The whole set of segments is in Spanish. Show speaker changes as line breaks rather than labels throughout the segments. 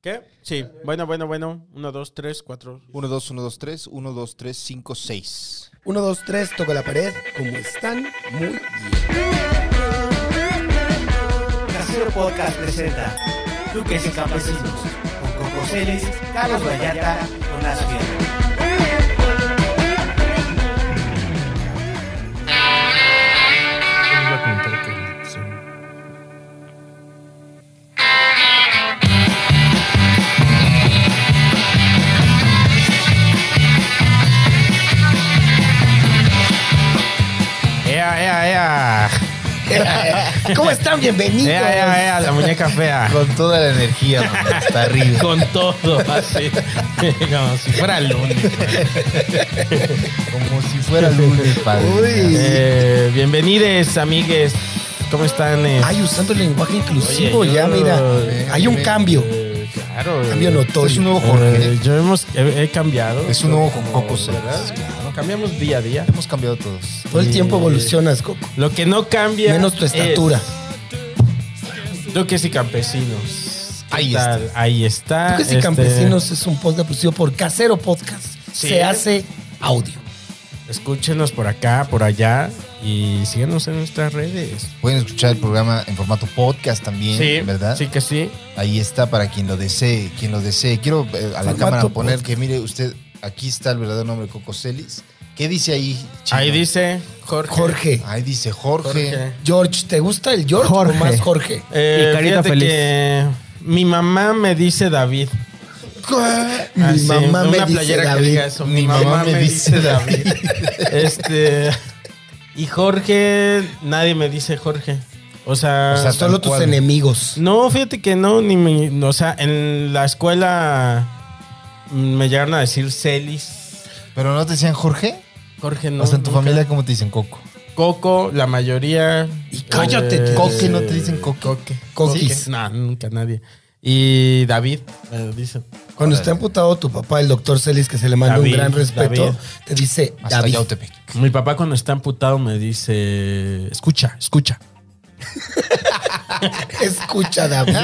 ¿Qué? Sí. Bueno, bueno, bueno. Uno, dos, tres, cuatro.
1, 2, 1, 2, 3, 1, 2, 3, 5, 6.
1, 2, 3, toco la pared. ¿Cómo están? Muy bien.
Casero Podcast presenta Duques y Campesinos con Coco Celis, Carlos Vallarta y Jonás Fierro.
Les voy a contar que sí.
¡Ea, ea, ea!
¿Cómo están? Bienvenidos.
¡Ea, ea, ea! La muñeca fea.
Con toda la energía, mamá, hasta arriba.
Con todo, así. Como si fuera lunes.
Como si fuera lunes, padre.
Uy.
Eh, bienvenides, amigues. ¿Cómo están? eh?
Ay, usando el lenguaje inclusivo
Oye, yo-
ya, mira. Hay un cambio.
Eh, claro.
Cambio
eh,
Es un
notorio.
nuevo Jorge.
eh, yo hemos, he, he cambiado.
Es un nuevo Coco
¿Verdad?
Celis. Claro.
Cambiamos día a día.
Hemos cambiado todos.
Todo el tiempo evolucionas, Coco.
Lo que no cambia.
Menos tu
es
estatura.
Duques y campesinos. ¿Qué
Ahí
tal? Ahí está.
Duques y
este,
Campesinos es un podcast producido por Casero Podcast.
Sí.
Se hace audio.
Escúchenos por acá, por allá. Y síganos en nuestras redes.
Pueden escuchar el programa en formato podcast también, ¿verdad?
Sí que sí.
Ahí está para quien lo desee, quien lo desee. Quiero eh, a la
Formato
cámara poner
podcast.
que mire usted, aquí está el verdadero nombre de Coco Celis. ¿Qué dice ahí? chino?
Ahí dice Jorge.
Jorge.
Ahí dice Jorge.
Jorge.
George, ¿te gusta el George
Jorge.
o más Jorge?
Eh,
Y carita
fíjate
feliz.
que mi mamá me dice David.
Mi
Ah, sí,
mamá me
una
dice
playera que
David.
diga eso. Mi, mamá, me dice David. este. Y Jorge, nadie me dice Jorge. O sea,
O sea,
Solo
Tal
tus
cual.
enemigos.
no, fíjate que no, ni me, o sea, en la escuela mm, me llegaron a decir Celis.
¿Pero no te decían Jorge?
Jorge no.
o sea, en tu
nunca.
familia, ¿cómo te dicen Coco?
Coco, la mayoría. Este,
Y cállate, tío.
Coque, ¿no te dicen coque?
Coque.
Coquis.
No, nunca nadie. Y David, me dicen.
Cuando está amputado tu papá, el doctor Celis, que se le manda
David,
un gran respeto,
David.
te dice
Hasta
David.
Yautepec.
Mi papá cuando está amputado me dice, escucha, escucha,
Escucha, David.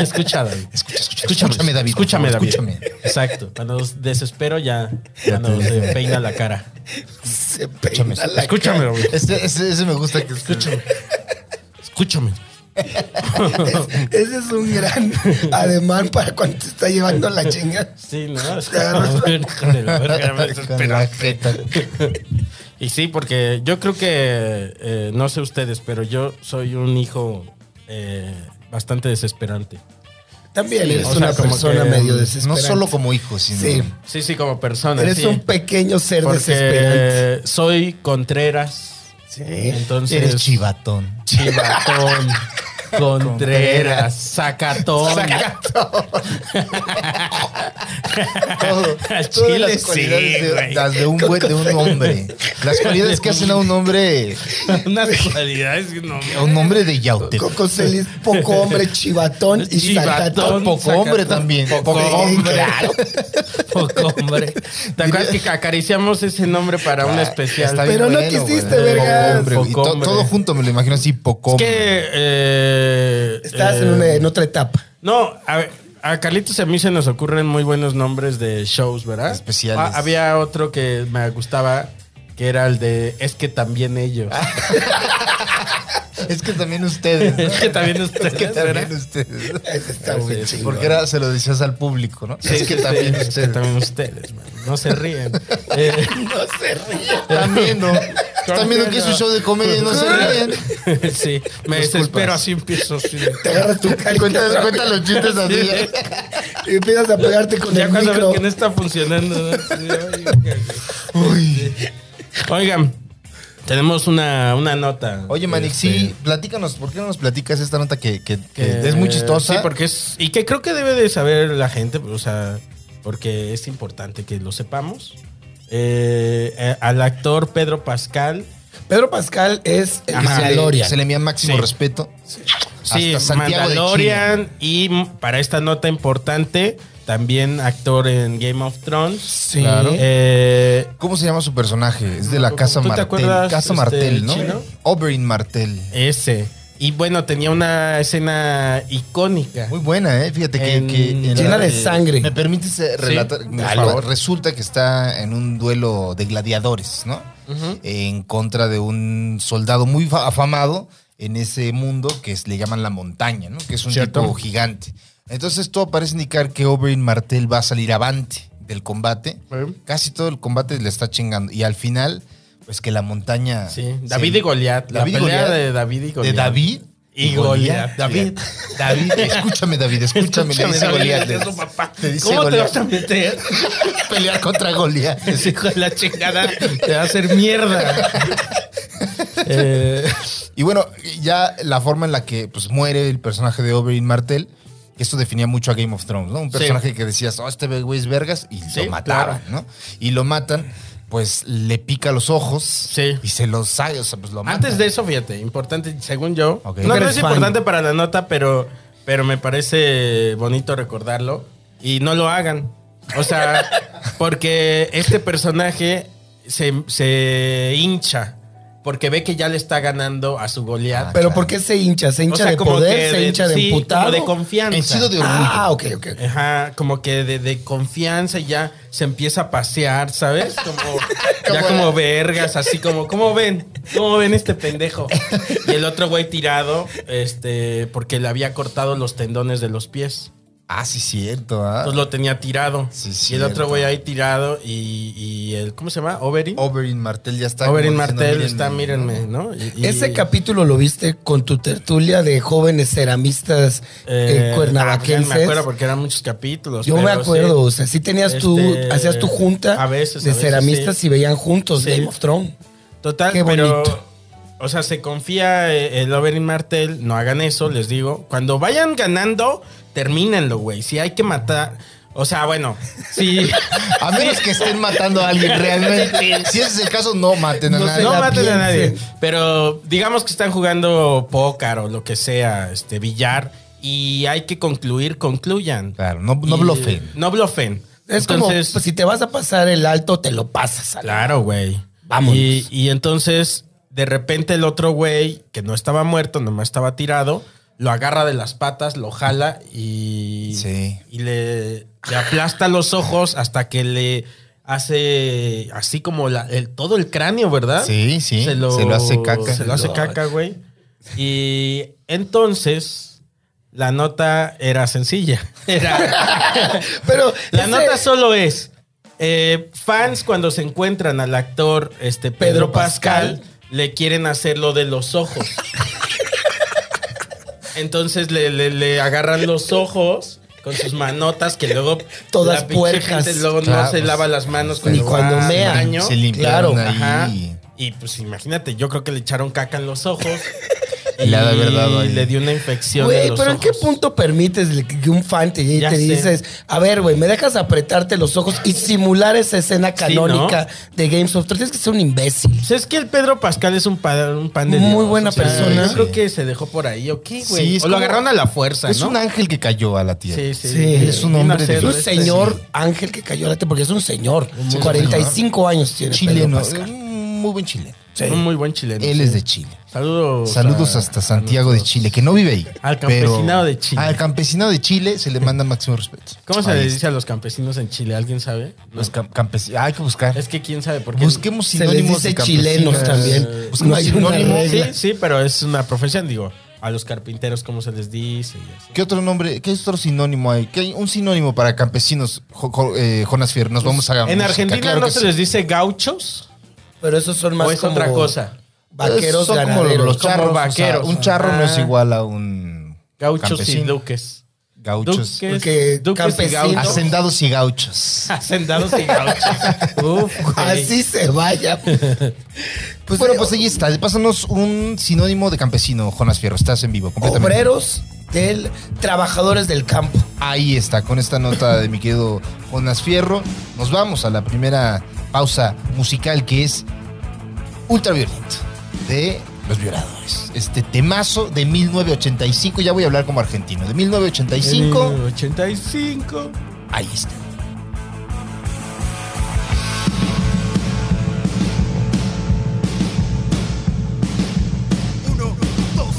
escucha, David.
Escucha, escucha,
Escúchame,
escúchame, David. por
Escúchame,
favor,
David.
Escúchame.
Exacto. Cuando desespero ya, ya nos eh, peina la cara.
Se peina
Escúchame.
la
Escúchame,
cara.
David.
Ese, ese- ese me gusta que
Escúchame. Escúchame.
Ese es un gran ademán para cuando te está llevando la chinga.
Sí, ¿no?
agarras-
Hijo de la verga, me
Con
desespera.
la jeta.
Y sí, porque yo creo que, eh, no sé ustedes, pero yo soy un hijo eh, bastante desesperante.
También eres
o sea,
una
como
persona
que,
medio
mm,
No
desesperada.
solo como hijo, sino.
Sí.
Sí, sí, como persona.
Eres
sí.
un pequeño ser desesperante.
Porque soy Contreras,
Sí.
entonces...
Eres chivatón.
Chivatón, Contreras, Zacatón.
Todo,
Al
todas
chile
las
sí,
cualidades de,
güey.
las de un, buen- de un hombre. Las cualidades que hacen a un hombre.
Unas cualidades que no
A un hombre de yaute.
Coco Celis, poco hombre, chivatón y
Chivatón.
saltatón.
Poco
Zacatón.
hombre también.
Poco
Sí,
hombre.
claro.
Poco, hombre. ¿Te acuerdas que acariciamos ese nombre para un especial?
Está bien
Pero no quisiste, vergas.
Poco hombre, güey. Y
Poco
to-
hombre.
todo junto me lo imagino así, poco
Es
hombre.
que. eh,
Estás
eh,
en, una- en otra etapa.
No, a, ver, a Carlitos y a mí se nos ocurren muy buenos nombres de shows, ¿verdad? Ah,
Especiales.
había otro que me gustaba, que era el de Es que también ellos.
Ah. Es que también ustedes. ¿no?
Es que también ustedes,
Es que también
¿verdad?
ustedes.
Ese está
Ese
muy
es
chingón.
Porque era, se lo decías al público, ¿no?
Sí,
es que
sí,
también
sí, es que
ustedes.
también ustedes, man. No se ríen. Eh,
No se ríe.
También, ¿no? Están viendo que es un show de comedia y no se ríen.
sí, me desespero, así empiezo. así de-
Te agarras tu cara y
Cuenta, cuenta los chistes así.
¿eh?
Y empiezas a pegarte con
Ya
el
cuando
micro.
ves que no está funcionando. ¿no? Sí, oye, ok. Oigan, tenemos una, una nota.
Oye, Manix,
Este,
sí, platícanos, ¿por qué no nos platicas esta nota que, que- que
que-
es muy chistosa?
Sí, porque es. Y que creo que debe de saber la gente, o sea, porque es importante que lo sepamos. Eh, eh, al actor Pedro Pascal.
Pedro Pascal es el
Ajá.
se, le,
Mandalorian.
se le envía máximo
Sí.
respeto.
Sí,
Hasta Santiago de
Mandalorian. Y m- para esta nota importante, también actor en Game of Thrones.
Sí.
Claro.
Eh,
¿Cómo se llama su personaje? Es de la Casa
¿Tú te
Martel.
acuerdas,
Casa
este,
Martel, ¿no?
chino?
Oberyn Martel.
Ese. Y bueno, tenía una escena icónica.
Muy buena, ¿eh? Fíjate que...
En-
que en
Llena
la-
de
eh,
sangre.
¿Me permites eh, relatar? Por
dale.
favor. Resulta que está en un duelo de gladiadores, ¿no?
Ujú.
En contra de un soldado muy fa- afamado en ese mundo que es- le llaman la montaña, ¿no? Que es un
Cierto.
tipo gigante. Entonces todo parece indicar que Oberyn Martell va a salir avante del combate.
Sí.
Casi todo el combate le está chingando. Y al final, pues que la montaña...
Sí,
se-
David y Goliat. La
David y
pelea
Goliat.
de David y
De
Goliat.
David
Y Goliat.
David, David, escúchame, David, escúchame. le dice
David,
Goliat.
le dice a su papá,
Te dice
¿Cómo te
Goliat.
vas a meter?
Pelear contra Goliat.
Ese hijo de la chingada te va a hacer mierda. Eh,
Y bueno, ya la forma en la que pues, muere el personaje de Oberyn Martell, que esto definía mucho a Game of Thrones, ¿no? Un personaje que decías, oh, este güey es vergas, y
Sí,
lo mataron, ¿no? Y lo matan, pues le pica los ojos
Sí.
y se los saca, o sea, pues lo matan.
antes de eso, fíjate, importante, según yo.
Ok.
No, no
Eres
es
fan.
importante para la nota, pero, pero me parece bonito recordarlo. Y no lo hagan. O sea, porque este personaje se, se hincha. Porque ve que ya le está ganando a su Goliat.
Ah,
Pero
claro.
¿por qué se hincha? ¿Se
O
hincha
sea,
de
como que
poder? ¿Se hincha de
sí, como
emputado?
de confianza.
Henchido de orgullo.
Ah, ok, ok. ok.
Ajá, como que de, de confianza y ya se empieza a pasear, ¿sabes? Como, ya como vergas, así como, ¿cómo ven? ¿Cómo ven este pendejo? Y el otro güey tirado, este, porque le había cortado los tendones de los pies.
Ah, sí, cierto. ¿ah?
Entonces Pues lo tenía tirado.
Sí,
y el otro
cierto.
güey ahí tirado y, y el, ¿cómo se llama? Oberyn.
Oberyn Martell ya Oh, está.
Oberyn
como diciendo,
Martel
"Mírenme",
está, mírenme, ¿no? Y- y-
Ese capítulo lo viste con tu tertulia de jóvenes ceramistas
eh,
eh, cuernavaquenses.
ah, ya no me acuerdo porque eran muchos capítulos.
Yo me
pero
acuerdo,
sí.
o sea, sí tenías tu,
Este,
hacías tu junta
a veces,
de
a veces,
ceramistas
sí.
y veían juntos
Sí.
Game of Thrones.
Total,
Qué
pero.
bonito.
O sea, se confía eh, el Oberyn Martel. No hagan eso, les digo. Cuando vayan ganando, termínenlo, güey. Si hay que matar. O sea, bueno, si
A menos que estén matando a alguien realmente. si ese es el caso, no maten a
No
nadie.
se
no
la
maten a
piensen.
nadie. Pero digamos que están jugando póker o lo que sea, este, billar. Y hay que concluir, concluyan.
Claro, no, no
Y-
blofen.
No blofen.
Es
Entonces,
como, pues, si te vas a pasar el alto, te lo pasas. a la-
Claro, güey.
Vámonos.
Y, y entonces, de repente, el otro güey, que no estaba muerto, nomás estaba tirado, lo agarra de las patas, lo jala y.
Sí.
Y le, le aplasta los ojos hasta que le hace así como la- el, todo el cráneo, ¿verdad?
Sí, sí. Se lo, hace caca.
¿Ah? Se lo hace caca, güey. Y entonces, la nota era sencilla. Era.
Pero
La
ese-
nota solo es eh, fans cuando se encuentran al actor este Pedro,
Pedro
Pascal,
Pascal.
le quieren hacer lo de los ojos. Entonces le, le- le agarran los ojos con sus manotas que luego
Todas
la pinche
puercas.
gente luego
Claro,
no se
pues,
lava las manos
ni cuando
va al
mea.
baño.
Se limpiaron
Claro,
ahí.
Ajá. Y pues imagínate, yo creo que le echaron caca en los ojos.
Y le ha de haber dado ahí.
le dio una infección.
Güey,
en los
pero ¿en qué
ojos.
punto permites le- que un fan te,
Ya
te
sé.
dices, a ver, güey, me dejas apretarte los ojos y simular esa escena canónica de Games of Thrones? Tienes que ser un imbécil.
Pues es que el Pedro Pascal es un pan, un pan de
Muy
Dios,
buena persona.
Yo creo que se dejó por ahí, ¿o qué, güey?
Sí, es
o lo
como-
agarraron a la fuerza,
Es
¿no?
un ángel que cayó a la tierra.
Sí, sí.
Sí.
Es un
Vino
hombre
a
de
ser
Es un
Dios.
este-
señor ángel que cayó la porque es un señor.
Sí,
45 años tiene. Pedro
Chileno.
Pascal. Mm.
Un muy buen chileno.
Sí.
Un muy buen chileno.
Él es de Chile.
Saludos.
Saludos
a-
hasta Santiago de Chile, que no vive ahí.
Al
pero-
campesinado de Chile.
Al campesinado de Chile se le manda máximo respeto.
¿Cómo se
Ahí
le
está.
dice a los campesinos en Chile? ¿Alguien sabe?
Los cam- campesi- Hay que buscar.
Es que quién sabe por qué.
Busquemos
Se les
sinónimos de
dice chilenos
campesinos.
también.
Busquemos
No hay una
sinónimos.
regla.
Sí, sí, pero es una profesión, digo. A los carpinteros, ¿cómo se les dice? Y así.
¿Qué otro nombre? ¿Qué otro sinónimo hay? ¿Qué hay un sinónimo para campesinos? Jo- jo- eh, Jonas Fier, nos vamos a
Pues, En
música,
Argentina
claro
no
que
se
sí.
les dice gauchos
Pero esos son más
o es
como
otra cosa.
Vaqueros
Son como
ganaderos.
los charros. o sea,
vaqueros.
un charro no es
Ah.
igual a un
Gauchos y
campesino.
duques.
Gauchos.
Duques,
Porque
duques y
campesinos-
gauchos.
Hacendados y gauchos.
Hacendados y gauchos. Uf, güey.
Así se vaya. Pues,
bueno,
eh,
pues ahí está. Pásanos un sinónimo de campesino, Jonas Fierro. Estás en vivo. Completamente.
obreros del trabajadores del campo.
Ahí está, con esta nota de mi querido Jonas Fierro. Nos vamos a la primera pausa musical que es Ultraviolento de Los Violadores. Este temazo de 1985. Ya voy a hablar como argentino. De 1985.
85.
Ahí está.
Uno, dos,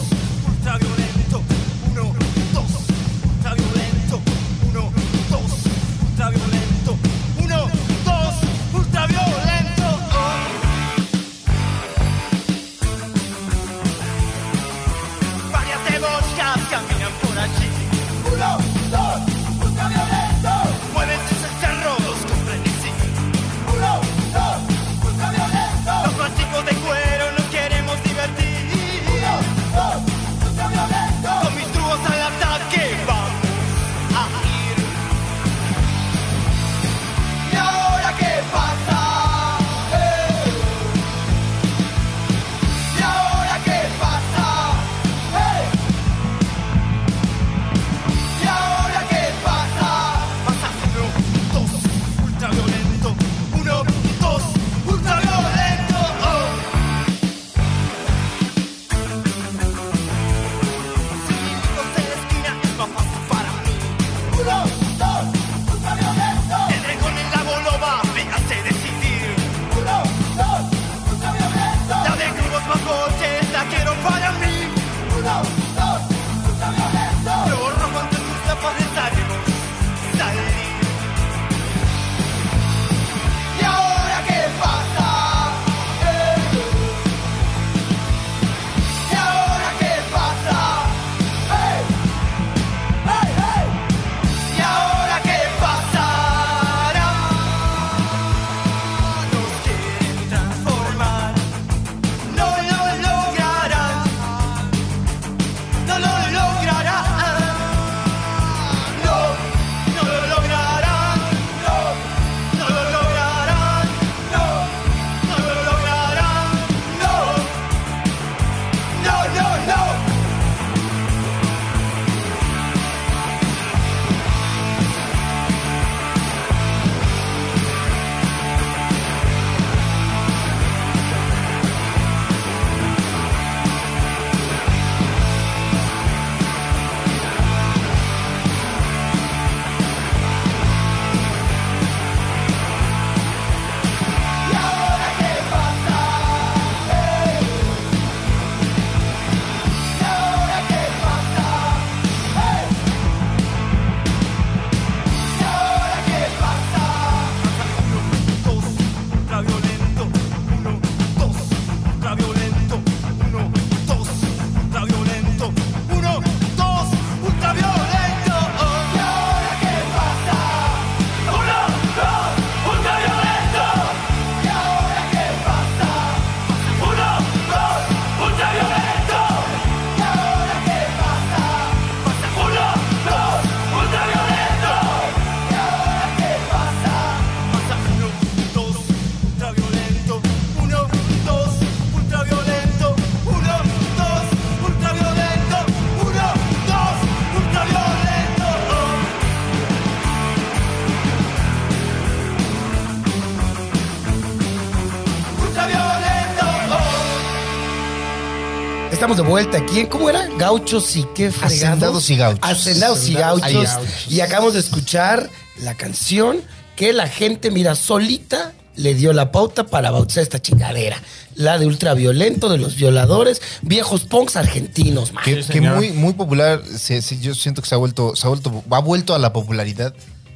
estamos de vuelta aquí. en- ¿Cómo era? Gauchos y qué fregados.
Hacendados y gauchos.
Hacendados y
Hacendados y
gauchos.
gauchos.
Y acabamos de escuchar la canción que la gente, mira, solita le dio la pauta para bautizar esta chingadera. La de ultraviolento, de los violadores, viejos punks argentinos, man.
Que, que
Ah, señor.
muy, muy popular, se- se- yo siento que se ha vuelto, se ha vuelto, ha vuelto a la popularidad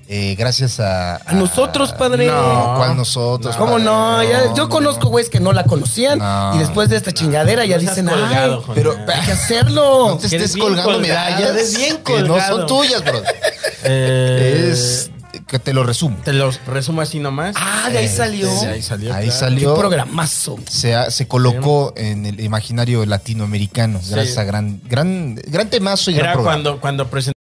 eh, gracias a,
A nosotros, padre.
No.
¿Cuál nosotros?
¿Cómo
padre?
no? Ya-
No,
yo
no,
conozco
no.
güeyes que no la conocían
No.
y después de esta chingadera ya
No seas
dicen,
colgado,
ay,
Juan.
Pero
hay que hacerlo.
no te
Eres
estés
bien
colgando
colgado,
medallas
eres bien
que no
colgado.
son tuyas, bro.
Eh,
es que te lo resumo.
Te los resumo así nomás. Este,
Ah, de ahí
Eh,
salió.
de ahí salió. claro.
Ahí
Qué
salió.
programazo.
se, ha- se colocó en el imaginario latinoamericano gracias a gran, gran, gran temazo y gran
Era
programa.
cuando, cuando presentó.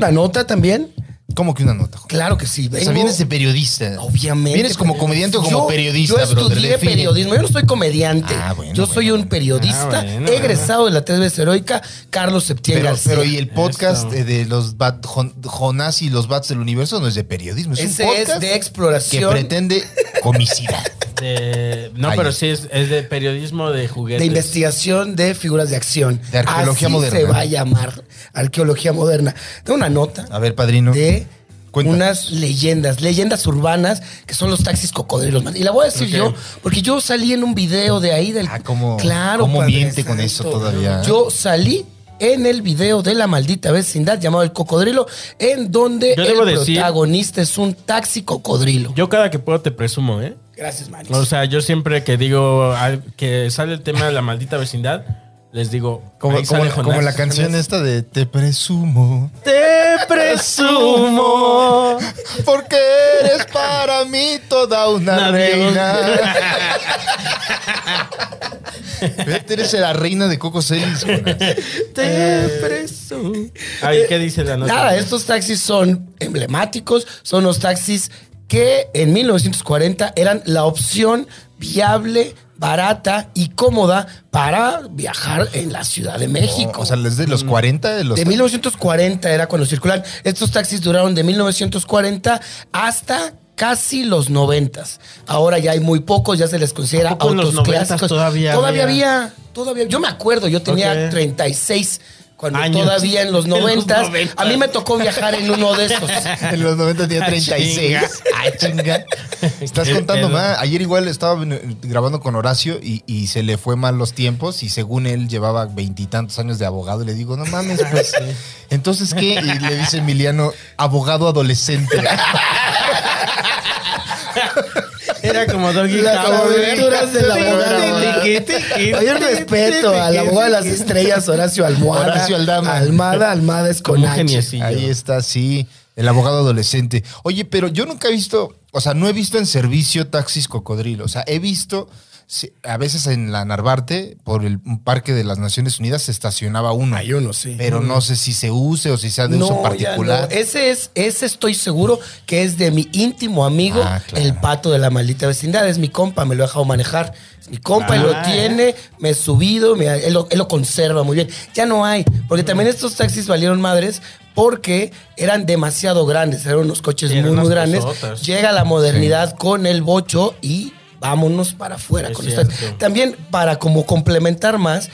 ¿Una nota también?
¿Cómo que una nota? Juan?
Claro que sí.
o sea,
vengo-
vienes de periodista.
Oh, Obviamente.
¿Vienes como comediante o como
Yo-
periodista,
Yo
brother?
estudié
Define.
periodismo. Yo no soy comediante.
Ah, bueno,
yo soy
bueno.
un periodista
Ah, bueno, bueno.
egresado de la tres veces heroica, Carlos Septién
Pero,
García.
pero y el podcast
Esto.
eh, de los Bat- Jon- Jonás y los Bats del Universo no es de periodismo, es
Ese
un podcast
es de
que
exploración,
pretende comicidad.
de- no,
Ahí.
pero sí es, es de periodismo de juguetes.
de investigación de figuras de acción.
este- De arqueología
Así
moderna.
se va a llamar arqueología moderna. Tengo una nota
A ver, padrino.
de
Cuéntanos.
unas leyendas, leyendas urbanas que son los taxis cocodrilos. man. Y la voy a decir
Ok.
yo, porque yo salí en un video de ahí del.
Ah, ¿cómo-
claro,
cómo
Padre
miente con
Santo.
eso todavía?
Yo salí en el video de la maldita vecindad llamado El Cocodrilo, en donde
Yo debo
el
decir-
protagonista es un taxi cocodrilo.
Yo cada que puedo te presumo, ¿eh?
Gracias, Maris.
O sea, yo siempre que digo al- que sale el tema de la maldita vecindad, les digo.
Como,
ahí
como-
sale Jonás.
como la canción esta de Te presumo,
Te presumo.
porque eres para mí toda una
Una
reina. eres la reina de Coco Celis. Jonás.
Te presumo. Ay, ¿qué dice la nota?
Nada, estos taxis son emblemáticos, son los taxis que en 1940 eran la opción viable, barata y cómoda para viajar en la Ciudad de México.
O sea, desde los 40 de los
de 1940 era cuando circulan. Estos taxis duraron de 1940 hasta casi los 90. Ahora ya hay muy pocos, ya se les considera
¿A poco
autos
en los 90s
clásicos.
todavía
todavía
había?
había, todavía. Yo me acuerdo, yo tenía
Ok.
36 cuando
Años.
todavía en los
En los
90 a mí
90s.
me tocó viajar en uno de estos.
En los 90 tenía 36. Ay, Ah, chinga. Estás
Qué
contando
pedo.
más. Ayer igual estaba eh, grabando con Horacio y, y se le fue mal los tiempos y según él llevaba veintitantos años de abogado. Y le digo, no mames, pues. Entonces, ¿qué? Y le dice Emiliano, abogado adolescente.
Era como Doggy
Las
Howard.
aventuras del abogado.
Tiqui, tiqui,
Hay un
tiqui,
respeto
tiqui,
al abogado de las
tiqui.
estrellas, Horacio Almohada.
Horacio Aldama.
Almada, Almada es con
Como un
H.
geniecillo.
Ahí está, sí. El abogado adolescente. Oye, pero yo nunca he visto, o sea, no he visto en servicio taxis cocodrilo. O sea, he visto, sí, a veces en la Narvarte, por el un parque de las Naciones Unidas, se estacionaba uno.
Hay uno, sí.
Pero no sé si se use o si sea de uso
ya
particular.
no. Ese es, ese estoy seguro que es de mi íntimo amigo,
Ah, claro.
el pato de la maldita vecindad. Es mi compa, me lo ha dejado manejar. Es mi compa, él lo
Ah,
tiene, me he subido, me ha- él, lo, él lo conserva muy bien. Ya no hay, porque también
Mm.
estos taxis valieron madres porque eran demasiado grandes, eran unos coches
Sí, eran
muy, muy
unas
grandes.
cosotas.
Llega la modernidad con el bocho y vámonos para afuera
Es
con los taxis.
cierto.
También para como complementar más,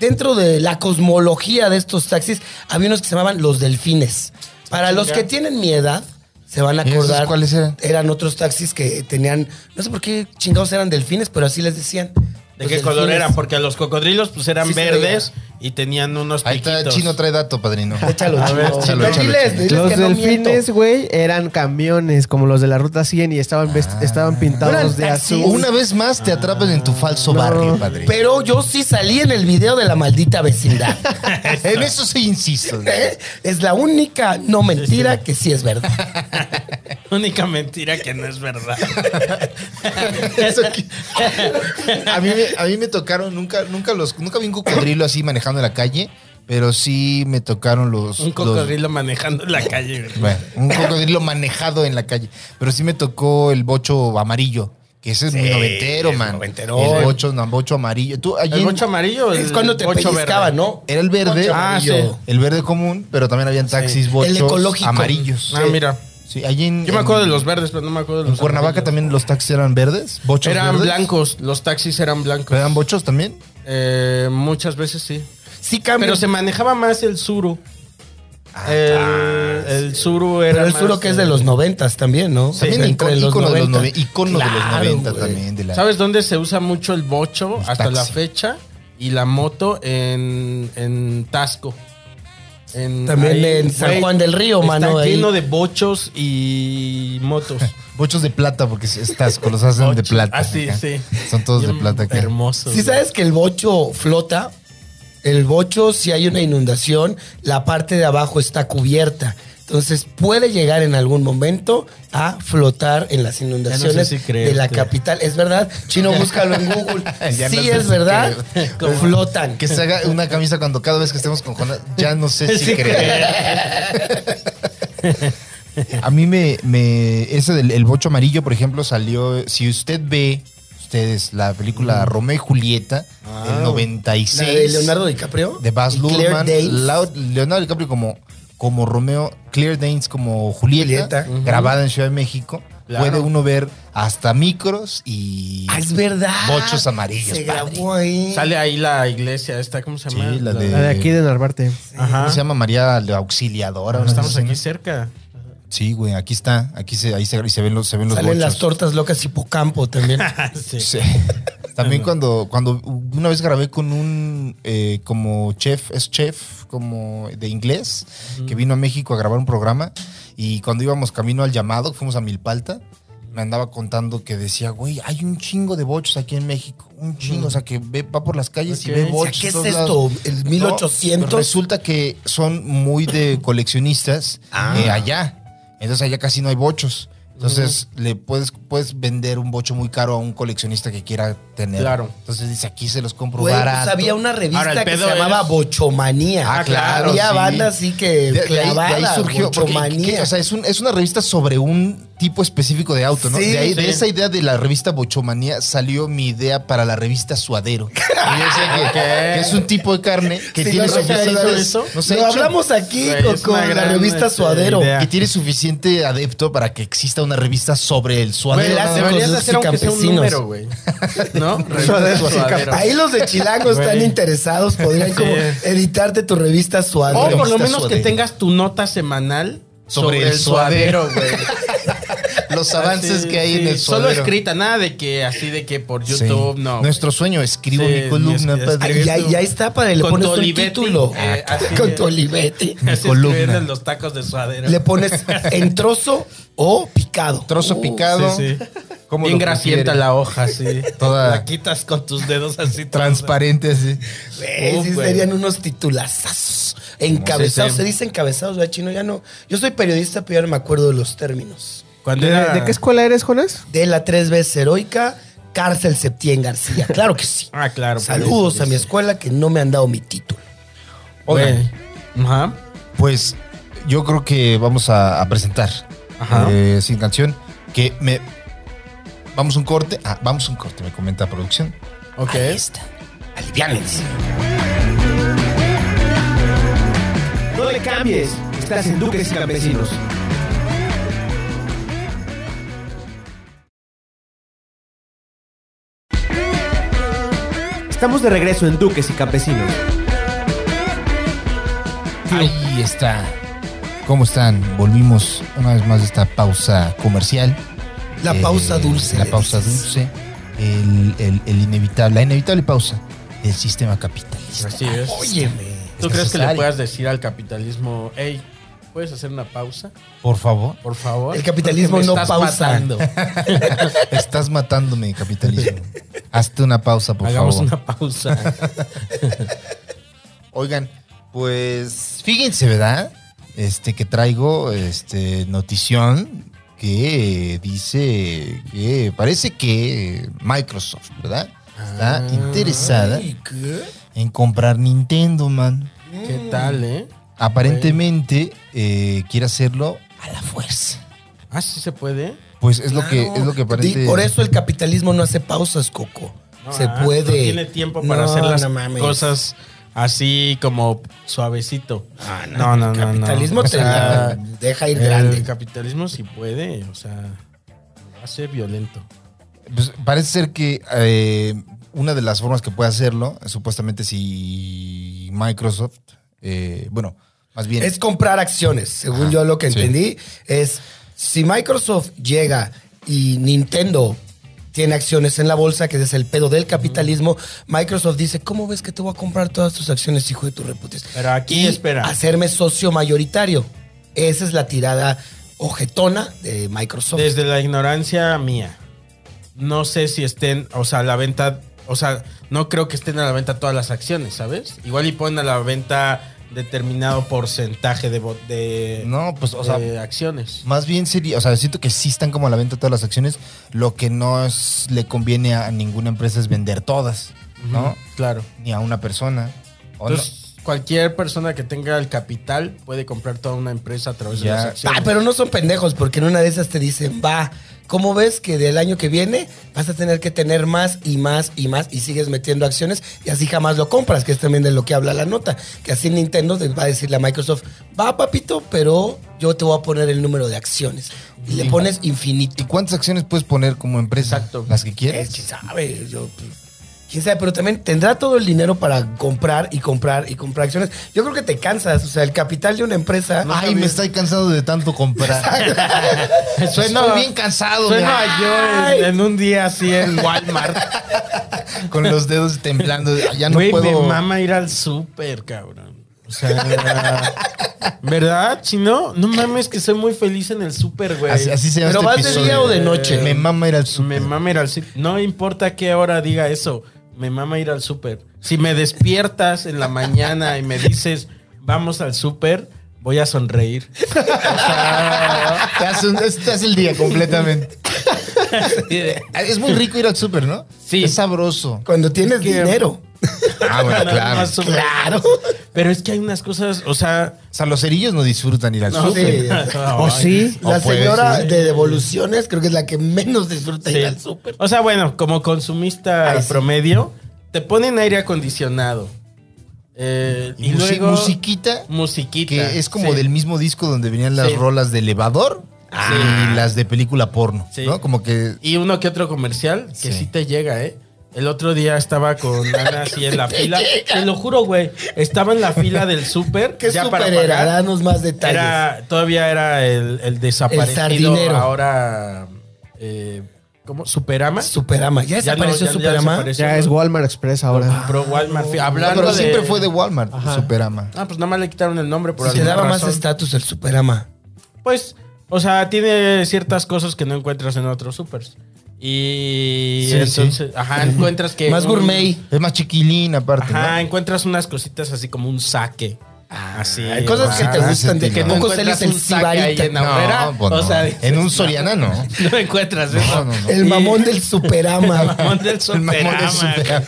dentro de la cosmología de estos taxis, había unos que se llamaban los delfines. Para los que tienen mi edad, se van a
¿Y esos
acordar.
cuáles eran?
Eran otros taxis que tenían, no sé por qué chingados eran delfines, pero así les decían.
¿De
Los
qué color
delfines.
eran? Porque a los cocodrilos pues eran
Sí se
verdes y tenían unos
Ahí
piquitos.
está, Chino trae dato, padrino.
Échalo,
A
chino.
ver, échalo,
Diles,
échalo,
diles
échalo.
que
Los
no
delfines,
miento.
güey, eran camiones como los de la ruta 100 y estaban, vest- estaban
No Ah. eran
pintados de
taxis.
azul.
Una vez más te atrapan en tu falso
No.
barrio, padrino.
Pero yo sí salí en el video de la maldita vecindad.
en eso sí insisto.
¿Eh? Es la única no mentira que sí es verdad.
Única mentira que no es verdad.
Eso que- a, mí, me- a mí me tocaron, nunca, nunca los, nunca vi un cocodrilo así manejando en la calle, pero sí me tocaron los.
Un
los-
cocodrilo manejando en la calle. güey.
bueno, un cocodrilo manejado en la calle. Pero sí me tocó el bocho amarillo. Que ese es muy
Sí,
noventero,
es
man.
noventero.
El bocho, no, bocho amarillo. Tú, allí
¿El
en-
bocho amarillo? o
Es
el
cuando te
bocho
pellizcaba,
verde?
¿no?
Era el verde.
Bocho
Ah,
amarillo.
sí.
El verde común, pero también habían taxis bochos
El ecológico.
amarillos.
Ah, mira.
Sí, allí en,
Yo me
en-
acuerdo de los verdes, pero no me acuerdo de
En
los
Cuernavaca
amarillos.
también los taxis eran verdes, bochos
Eran
verdes.
blancos, los taxis eran blancos.
¿Pero eran bochos también?
Eh, muchas veces sí.
Sí cambia.
Pero se manejaba más el suru. El, el suru era.
Ah, Pero el
más,
suro que es de
eh,
los noventas también, ¿no?
También
Entre
icon-
los
ícono de los
90.
nove- ícono de los
Claro,
90
güey.
también. de la-
¿Sabes dónde se usa mucho el bocho
El
hasta
taxi.
la fecha? Y la moto en, en Tasco. En-
También en San
güey,
Juan del Río, mano,
Está
ahí.
lleno de bochos y motos.
Bochos de plata, porque si- estas los hacen de
Bochos.
plata.
Ah, sí,
acá.
sí.
Son todos de
Bien
plata acá.
Hermosos.
Si
güey.
sabes que el bocho flota, el bocho, si hay una inundación, la parte de abajo está cubierta. Entonces puede llegar en algún momento a flotar en las inundaciones
si
de la
creerte.
capital. Es verdad, chino, búscalo en Google.
Ya
sí,
no sé
es
si
verdad, flotan.
Que se haga una camisa cuando cada vez que estemos con Jonás, ya no sé si
Sí,
creer. A mí me, me ese del el bocho amarillo, por ejemplo, salió, si usted ve ustedes la película Romeo y Julieta del 96
La de Leonardo DiCaprio.
de Baz
y Claire
Luhrmann,
Danes.
Lau- Leonardo DiCaprio como, como Romeo, Claire Danes como Julieta,
Julieta.
grabada en Ciudad de México.
Claro.
Puede uno ver hasta micros y
Ah, es verdad.
bochos amarillos.
Se
padre.
grabó ahí.
Sale ahí la iglesia, esta, ¿cómo se llama?
Sí, la de-
Ah,
La de aquí de Narvarte.
Ajá.
Ah.
Se llama María la Auxiliadora. una
Estamos
cosa
aquí
así,
cerca.
¿no? Sí, güey, aquí está. Aquí se, ahí se, y se ven los, se ven los
Salen
bochos.
las tortas locas hipocampo también.
Sí.
Sí. También cuando, cuando una vez grabé con un eh, como chef, es chef como de inglés, que vino a México a grabar un programa y cuando íbamos camino al llamado, fuimos a Milpalta, me andaba contando que decía, güey, hay un chingo de bochos aquí en México, un chingo, o sea, que ve- va por las calles
Ok.
y
O
ve
sea,
O sea,
bochos.
¿Qué es
todos lados.
esto? ¿El 1800?
No, resulta que son muy de coleccionistas
Ah.
eh, allá. Entonces allá casi no hay bochos. Entonces le puedes, puedes vender un bocho muy caro a un coleccionista que quiera tener.
Claro.
Entonces dice, aquí se los compro
Güey, pues
barato.
había una revista
Ahora, el
que se
pedo es-
llamaba Bochomanía.
Ah, claro,
Había
sí.
bandas así
De-
que
de ahí- de ahí
clavadas.
surgió. porque,
Bochomanía.
¿qué? o sea, es, un- es una revista sobre un tipo específico de auto, ¿no?
Sí,
de ahí, de
sí.
esa idea de la revista Bochomanía salió mi idea para la revista Suadero. Y yo decía que, que es un tipo de carne que
Sí,
tiene
no, no se ha hecho
suficientes-
eso.
no se ha
Lo
hecho.
hablamos aquí
Güey,
con,
es una
con la
gran,
revista
este,
Suadero.
idea.
que tiene suficiente adepto para que exista una revista sobre el suadero.
Güey,
las-
nada más.
deberías
con
hacer
los
aunque sea un
campesinos.
número, güey. ¿No?
Suadero,
Revista Suadero.
Ahí los de Chilango están
Güey.
interesados. Podrían como editarte tu revista Suadero.
O por lo
Revista
menos que
Suadero.
tengas tu nota semanal sobre, el suadero, güey.
los avances
Sí,
que hay
sí.
en el suadero.
Solo escrita, nada de que así de que por YouTube,
Sí.
no.
Nuestro sueño, escribo
Sí,
mi columna.
mi-
padre.
Ay, ya, ya está para le
Con
pones
tu
un
Olivetti,
título.
eh, así
con
es.
tu Olivetti.
güey. Así
columna.
escribiendo en los tacos de suadero.
Le pones en trozo o picado.
Trozo
Uh,
picado.
Sí, sí.
¿Cómo
Bien
lo
grasienta
prefiere?
la hoja, sí.
Toda-
La quitas con tus dedos así.
Transparente así.
Güey,
Uf,
sí
güey.
serían unos titulazos. Encabezados.
Sí, sí.
Se dice encabezados, ¿verdad, chino? Ya no. Yo soy periodista, pero ya no me acuerdo de los términos.
Cuando
¿De,
Ah.
era-
de qué escuela eres, Jonás?
De la tres veces heroica, cárcel Septién García. Claro que sí.
Ah, claro.
Saludos a mi escuela que no me han dado mi título.
Oye. Ajá.
Pues yo creo que vamos a, a presentar
Ajá.
eh, sin canción que me vamos un corte, ah, vamos un corte, me comenta producción.
Ok.
Ahí está. Aliviánense.
No le cambies. Estás en Duques y Campesinos. Estamos de regreso en Duques y Campesinos.
Ahí está. ¿Cómo están? Volvimos una vez más de esta pausa comercial.
La
Eh,
pausa dulce.
La
le
pausa
dices.
dulce. El, el- el inevitable, la inevitable pausa del sistema capitalista.
Así es.
Óyeme.
¿Tú crees que le
necesario.
puedas decir al capitalismo, hey, puedes hacer una pausa,
Por favor,
por favor?
El capitalismo
Porque me
no
estás
pausa.
matando.
estás matándome, capitalismo. Hazte una pausa, por
Hagamos
favor.
una pausa.
Oigan, pues fíjense, ¿verdad? Este que traigo este notición que dice que parece que Microsoft, ¿verdad? Está
Ah.
interesada
Ay, ¿qué?
en comprar Nintendo, man.
¿Qué tal, eh?
Aparentemente eh, quiere hacerlo a la fuerza.
Ah, sí se puede.
Pues es lo que es lo que parece.
Di- Por eso el capitalismo no hace pausas, Coco.
No,
Se
ah,
puede.
No tiene tiempo para
No,
hacer las
no mames.
cosas así como suavecito. no, no, no.
Ah, El capitalismo
no. O
te
sea,
Ah,
la deja ir
El
grande.
capitalismo sí puede, o sea, lo hace violento.
Pues parece ser que eh, una de las formas que puede hacerlo, supuestamente si Microsoft, eh, bueno, más bien
Es comprar acciones, según
Ajá,
yo lo que
sí.
entendí. Es si Microsoft llega y Nintendo tiene acciones en la bolsa, que es el pedo del capitalismo, Microsoft dice, ¿cómo ves que te voy a comprar todas tus acciones, hijo de tu reputes?
Pero aquí
y
espera.
hacerme socio mayoritario. Esa es la tirada ojetona de Microsoft.
Desde la ignorancia mía, no sé si estén, o sea, a la venta, o sea, no creo que estén a la venta todas las acciones, ¿sabes? Igual y ponen a la venta determinado porcentaje de, vo- de,
no, pues o sea,
de acciones.
más bien sería, o sea, siento que sí están como a la venta todas las acciones, lo que no es- le conviene a ninguna empresa es vender todas, ¿no?
Ujú, Claro.
Ni a una persona. ¿o no?
Entonces, cualquier persona que tenga el capital puede comprar toda una empresa a través
Ya.
de las
Ah,
acciones.
pero no son pendejos, porque en una de esas te dicen, va, ¿cómo ves que del año que viene vas a tener que tener más y más y más y sigues metiendo acciones y así jamás lo compras? Que es también de lo que habla la nota. Que así Nintendo te va a decirle a Microsoft, va, papito, pero yo te voy a poner el número de acciones. Y le pones
¿Y
infinito.
cuántas acciones puedes poner como empresa?
Exacto.
Las que
¿Quién
quieres.
sabe? Yo, pues, quién sabe, pero también tendrá todo el dinero para comprar y comprar y comprar acciones. Yo creo que te cansas, o sea, el capital de una empresa.
Ay, me estoy cansado de tanto comprar. Suena
Suena-
bien cansado.
Suena
mira.
yo en, en un día así en Walmart.
Con los dedos temblando. Ya no
Güey,
puedo.
me mama ir al súper, cabrón. O sea, ¿verdad, chino? No mames que soy muy feliz en el súper, güey.
Así, así se llama
¿Pero
este
vas de
episodio.
día o de noche?
Me mama ir al
Me
súper.
mama ir al súper. No importa qué hora diga eso, me mama ir al súper. Si me despiertas en la mañana y me dices, vamos al súper, voy a sonreír.
Te hace, un- te hace el día completamente. es muy rico ir al súper, ¿no?
Sí.
Es sabroso.
Cuando tienes
que- pues,
dinero.
Ah, bueno,
Nada
claro.
más
O
súper.
Claro.
Pero es que hay unas cosas, o sea,
sea, los cerillos no disfrutan ir al
No,
súper.
Sí.
Oh,
¿O
sí?
La
O puede
señora
ser.
de devoluciones creo que es la que menos disfruta
Sí.
ir al súper.
O sea, bueno, como consumista
Ay, sí.
promedio, te ponen aire acondicionado. Eh,
Y,
y
musi-
luego
musiquita,
musiquita.
que es como
Sí.
del mismo disco donde venían las
Sí. Ah.
rolas de elevador y las de película porno,
Sí.
¿no? Como que
Y uno que otro comercial que
Sí.
sí, te llega, ¿eh? El otro día estaba con Ana así en la fila. Te lo juro, güey. Estaba en la fila del súper.
¿Qué
ya
súper
para
era?
pagar.
Danos más detalles.
Era- todavía era el, el desaparecido.
sardinero.
ahora, eh, ¿cómo? ¿Superama?
Superama. ¿Ya
Ya no,
desapareció
ya- ya
Superama?
desapareció.
Ya es Walmart Express ahora.
Pro Walmart. Fui-
No,
Hablando
Ah, pero
de-
siempre fue de Walmart,
Ajá.
Superama.
Ah, pues nada más le quitaron el nombre por
Si te
alguna
daba más
razón.
estatus el Superama.
Pues, o sea, tiene ciertas cosas que no encuentras en otros supers. Y
Sí,
entonces, ajá, encuentras que...
más
un-
gourmet.
Es más chiquilín aparte,
Ajá,
¿no?
encuentras unas cositas así como un saque. así.
Ah, Hay cosas que te
ah,
gustan. De
sí,
que
no.
poco sales el
ahí en
cibarita.
Aurrera.
No, pues
o
no.
sea, dices,
en un Soriana no.
no encuentras eso.
no, no.
El mamón del
El
Superama.
mamón del
El mamón
Superama.
es Superama.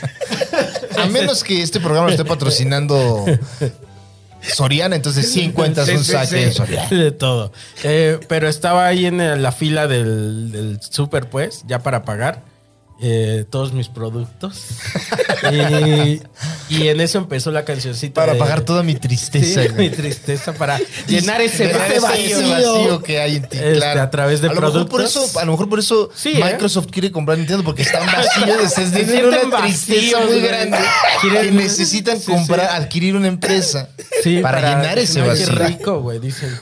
A menos que este programa lo esté patrocinando Soriana, entonces sí encuentras
Sí,
un
sí,
saque
sí.
de Soriana.
De todo. Eh, pero estaba ahí en el- la fila del, del super, pues, ya para pagar eh, todos mis productos. y, y en eso empezó la cancioncita.
Para
de-
pagar toda mi
Eh, Sí,
tristeza. güey.
mi tristeza, para llenar ese
Llenar
vacío.
ese vacío que hay en ti,
Este,
claro.
a través de
lo mejor por
productos.
eso, a lo mejor por eso
Sí, ¿eh?
Microsoft quiere comprar Nintendo porque están vacíos, es
Se
decir,
sienten
una tristeza
vacíos,
muy
güey.
grande
Quieren-
que necesitan
Sí, sí.
comprar, adquirir una empresa
Sí,
para, llenar ese
Ay, qué
vacío.
rico, güey, dicen.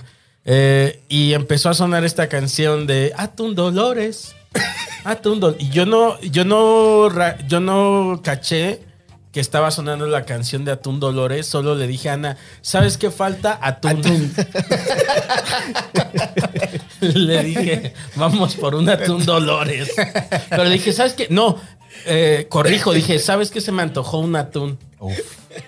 Eh, y empezó a sonar esta canción de Atún Dolores. Atún Dolores. Y yo no, yo no, ra- yo no caché que estaba sonando la canción de Atún Dolores. Solo le dije a Ana, ¿sabes qué falta? Atún. le dije, vamos por un Atún Dolores. Pero le dije, ¿sabes qué? No, eh, corrijo, dije, ¿sabes qué se me antojó un atún?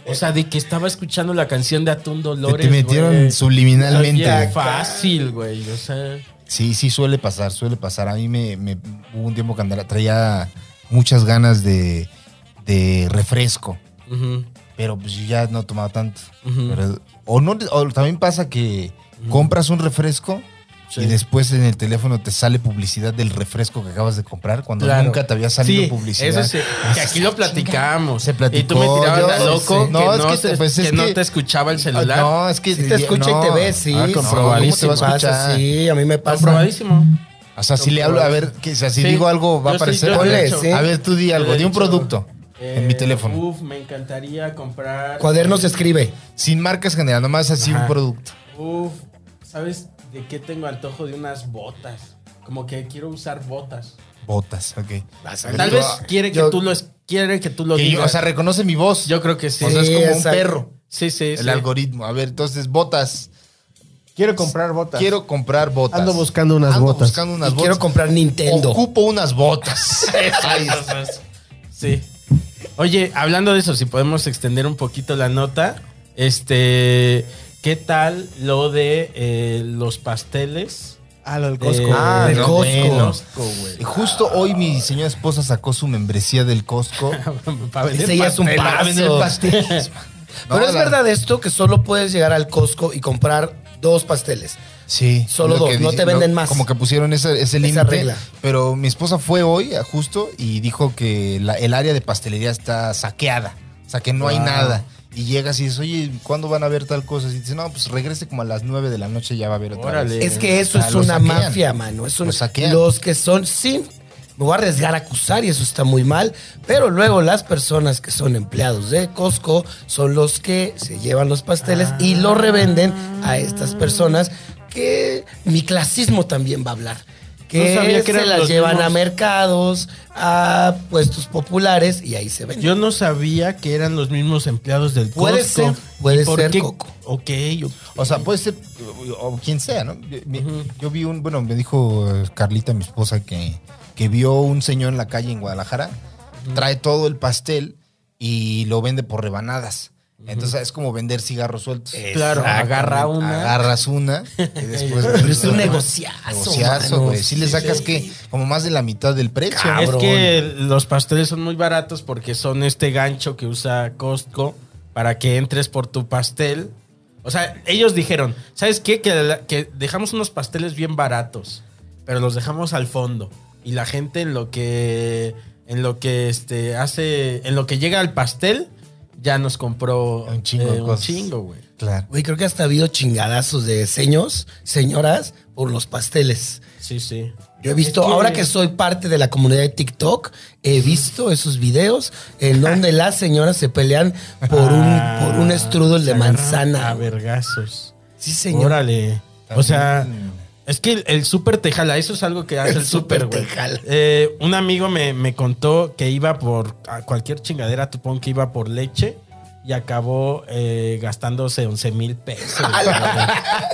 O sea, de que estaba escuchando la canción de Atún
Que
Dolores.
te metieron
güey.
subliminalmente.
Bien fácil, güey. O sea,
Sí, sí, suele pasar, suele pasar. A mí me, me- hubo un tiempo que andaba- traía muchas ganas de, de refresco,
ujú.
pero pues yo ya no tomaba tanto.
Ujú.
Pero- o, no, o también pasa que compras un refresco,
Sí.
y después en el teléfono te sale publicidad del refresco que acabas de comprar cuando
Claro.
nunca te había salido
Sí,
publicidad.
eso sí. Que aquí lo platicamos.
Se platicó,
Y tú me tirabas
yo-
de loco
sí.
que
No, es
no,
que
se-
pues, es
que no
que-
te escuchaba el celular.
Ah, No, es que
Sí te escucha
no.
y te ve, sí.
Ah,
sí,
comprobadísimo.
¿cómo te
te va a
pasa?
escuchar.
Sí, a mí me pasa.
Comprobadísimo.
O sea, si le hablo, a ver, que, o sea, si
Sí.
digo algo, va a
Yo estoy-
aparecer.
yo
lo he
Ole,
hecho.
sí. A ver, tú di
Yo
algo,
lo he
di un
hecho.
producto en
Eh,
mi teléfono.
Uf, me encantaría comprar.
Cuadernos escribe.
Sin marcas general, nomás así
Ajá.
un producto.
Uf, ¿sabes de qué tengo antojo? De unas botas. Como que quiero usar botas.
Botas, ok.
Tal vez quiere que
yo-
tú lo es- quiere que tú lo
Que yo-
digas.
o sea, reconoce mi voz.
yo creo que sí.
o sea, es
Sí,
como
exacto.
un perro.
sí, sí,
El
sí.
algoritmo. A ver, entonces, botas.
Quiero comprar botas.
Quiero comprar
Ah.
botas.
Ando buscando unas
Ando
botas.
buscando unas
Y
botas.
quiero comprar Nintendo.
Ocupo unas botas. Ahí está.
Sí. Oye, hablando de eso, si podemos extender un poquito la nota, este, ¿qué tal lo de eh, los pasteles?
Ah, lo del Costco.
Eh,
Ah,
del
no,
Costco.
bueno.
Costco,
Y Justo hoy mi señora esposa sacó su membresía del Costco.
güey. Para vender
Ese ya es un
pasteles.
Para vender
paso.
pasteles. No,
Pero es
la-
verdad esto que solo puedes llegar al Costco y comprar dos pasteles.
Sí.
Solo
lo
dos,
que
no
dice-
te venden más.
Como que pusieron ese, ese límite.
regla.
Pero mi esposa fue hoy a justo y dijo que la- el área de pastelería está saqueada. O sea, que no hay
Wow.
nada. Y llegas y dices, oye, ¿cuándo van a ver tal cosa? Y dice, no, pues regrese como a las 9 de la noche ya va a haber otra
Órale.
vez".
Es que eso
O sea,
es
lo
una
saquean.
mafia, mano. Es un-
Lo saquean.
los que son, sí, me voy a arriesgar a acusar y eso está muy mal, pero luego las personas que son empleados de Costco son los que se llevan los pasteles y los revenden a estas personas que mi clasismo también va a hablar. Que
No sabía que
se
eran
las
los
llevan a
mismos.
mercados, a puestos populares y ahí se venden.
Yo no sabía que eran los mismos empleados del
Puede
Costco.
ser, puede
¿Y por
ser,
qué?
Coco.
Ok, ok.
O sea, puede ser o, o quien sea, ¿no? Yo, me- yo vi un, bueno, me dijo eh, Carlita, mi esposa, que, que vio un señor en la calle en Guadalajara, trae todo el pastel y lo vende por rebanadas. Entonces es como vender cigarros sueltos.
Claro,
Exactamente.
agarra una.
Agarras una y después.
Pero es un Pues, negociazo,
Negociazo,
mano.
güey. Sí, le
Sí,
sacas
sí.
que como más de la mitad del precio. ¿no?
Es que los pasteles son muy baratos porque son este gancho que usa Costco para que entres por tu pastel. O sea, ellos dijeron, ¿sabes qué? Que, la- que dejamos unos pasteles bien baratos, pero los dejamos al fondo. Y la gente en lo que, en lo que este, hace, en lo que llega al pastel, ya nos compró eh,
Un chingo de
un
cosas.
chingo, güey.
Claro.
Güey, creo que hasta ha habido chingadazos de seños, señoras, por los pasteles.
Sí, sí.
Yo he visto,
Es que-
ahora que soy parte de la comunidad de TikTok, he visto esos videos en donde las señoras se pelean por un,
Ah,
por un strudel
se
de
agarran
manzana.
A vergazos.
Sí, señor.
Órale. O sea, es que el, el súper te jala. Eso es algo que hace
El
el, súper,
súper te
güey.
jala.
Eh, un amigo me, me contó que iba por a cualquier chingadera, tupón que iba por leche y acabó eh, gastándose 11 mil pesos.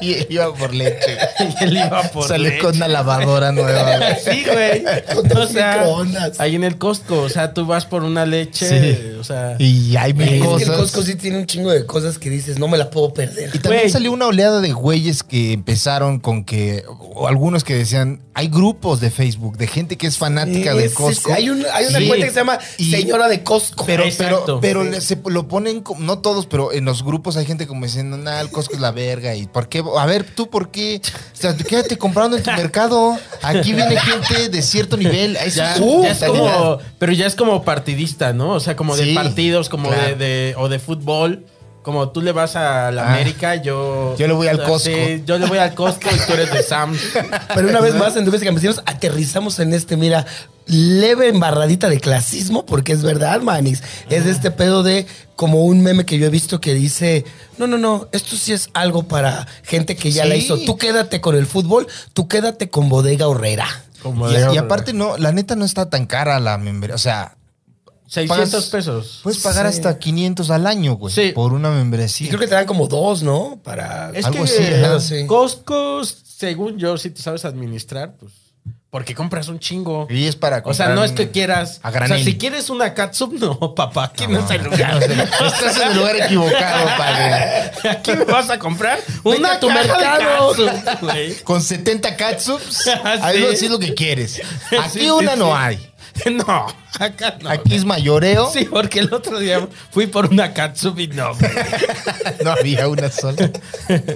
Y iba por leche.
y él iba por
Sale
leche.
con una lavadora nueva. güey.
Sí, güey.
Con
O sea,
microondas.
ahí en el Costco, o sea, tú vas por una leche, o sea,
Y hay mil
Es que el
cosas.
Costco sí tiene un chingo de cosas que dices, no me la puedo perder.
Y también
Güey.
salió una oleada de güeyes que empezaron con que, o algunos que decían, hay grupos de Facebook de gente que es fanática
Sí,
de
sí,
Costco.
sí. Hay, un- hay una
Sí.
cuenta que se llama
Y-
Señora de Costco.
pero, pero,
Exacto.
pero le- se lo ponen, como- no todos, pero en los grupos hay gente como diciendo, nah, el Costco es la verga. ¿Y por qué? A ver, tú, ¿por qué? O sea, quédate comprando en tu mercado. Aquí viene gente de cierto nivel. Eso
ya, ya
es su
es
mentalidad.
como, pero ya es como partidista, ¿no? O sea, como
Sí,
de partidos, como de,
claro.
de- o de fútbol. Como tú le vas a la
Ah,
América, yo.
yo le voy al
Sí,
Costco.
yo le voy al Costco y tú eres de Sam.
Pero una vez más, en Duques y Campesinos, aterrizamos en este, mira, leve embarradita de clasismo, porque es verdad, Manix. Es este pedo de como un meme que yo he visto que dice, no, no, no, esto sí es algo para gente que ya la
Sí.
hizo. Tú quédate con el fútbol, tú quédate con Bodega Horrera.
Como
Y,
de-
y aparte, no, la neta no está tan cara la membresía. O sea,
600
pagas- pues,
pesos.
puedes pagar
Sí.
hasta 500 al año, güey,
Sí.
por una
Y
membresía.
creo que te dan como dos, ¿no? Para...
Es
algo
que
así, ajá.
Sí.
Costco, según yo, si te sabes administrar, pues. Porque compras un chingo.
Y es para
O sea, no es que quieras.
A
o
granel.
sea, si quieres una catsup, no, papá. Aquí no, es el lugar.
lugar. Estás en el lugar equivocado, padre.
Aquí me vas a comprar una
a tu
caja de
mercado.
catsup, güey.
Con 70 catsups,
Ah,
ahí
sí.
lo- sí es lo que quieres. Aquí
Sí,
una
sí,
no
sí.
hay.
No, acá no.
Aquí es mayoreo.
Sí, porque el otro día fui por una katsubi y no, güey.
No había una sola.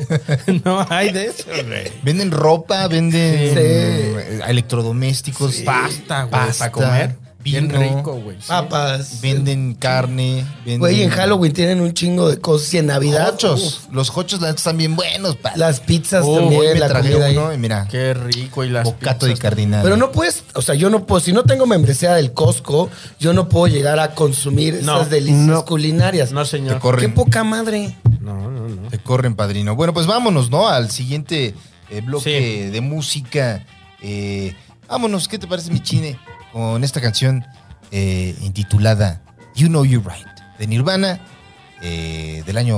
No hay de eso, güey.
Venden ropa, venden eh, electrodomésticos.
Pasta, güey, para comer. Bien
vino,
rico, güey. Ah,
Papas.
Venden carne. Venden
Güey, en Halloween tienen un chingo de cosas y en Navidad.
Hochos. Los hochos la neta, están bien buenos. pa.
Las pizzas
Oh, hoy
también,
me
la
tragué
comida ahí.
uno y mira,
Qué rico y las
bocato de
pizzas.
cardinal.
Pero no puedes, o sea, yo no puedo, si no tengo membresía del Costco, yo no puedo llegar a consumir
No,
esas delicias
no.
culinarias.
No,
te
señor.
Qué
corren,
poca madre.
No, no, no.
te corren, padrino. Bueno, pues vámonos, ¿no? Al siguiente eh, bloque de música. Eh, vámonos, ¿qué te parece mi chine? Con esta canción eh, intitulada You Know You're Right, de Nirvana, eh, del año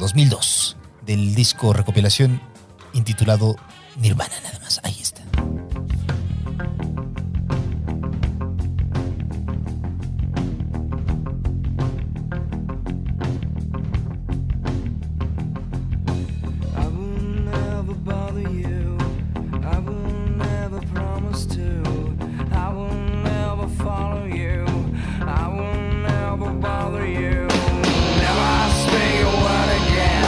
2002, del disco recopilación intitulado Nirvana, nada más. Ahí está.
I will never bother you. I will never promise to. I will never follow you. I will never bother you. Never speak a word again.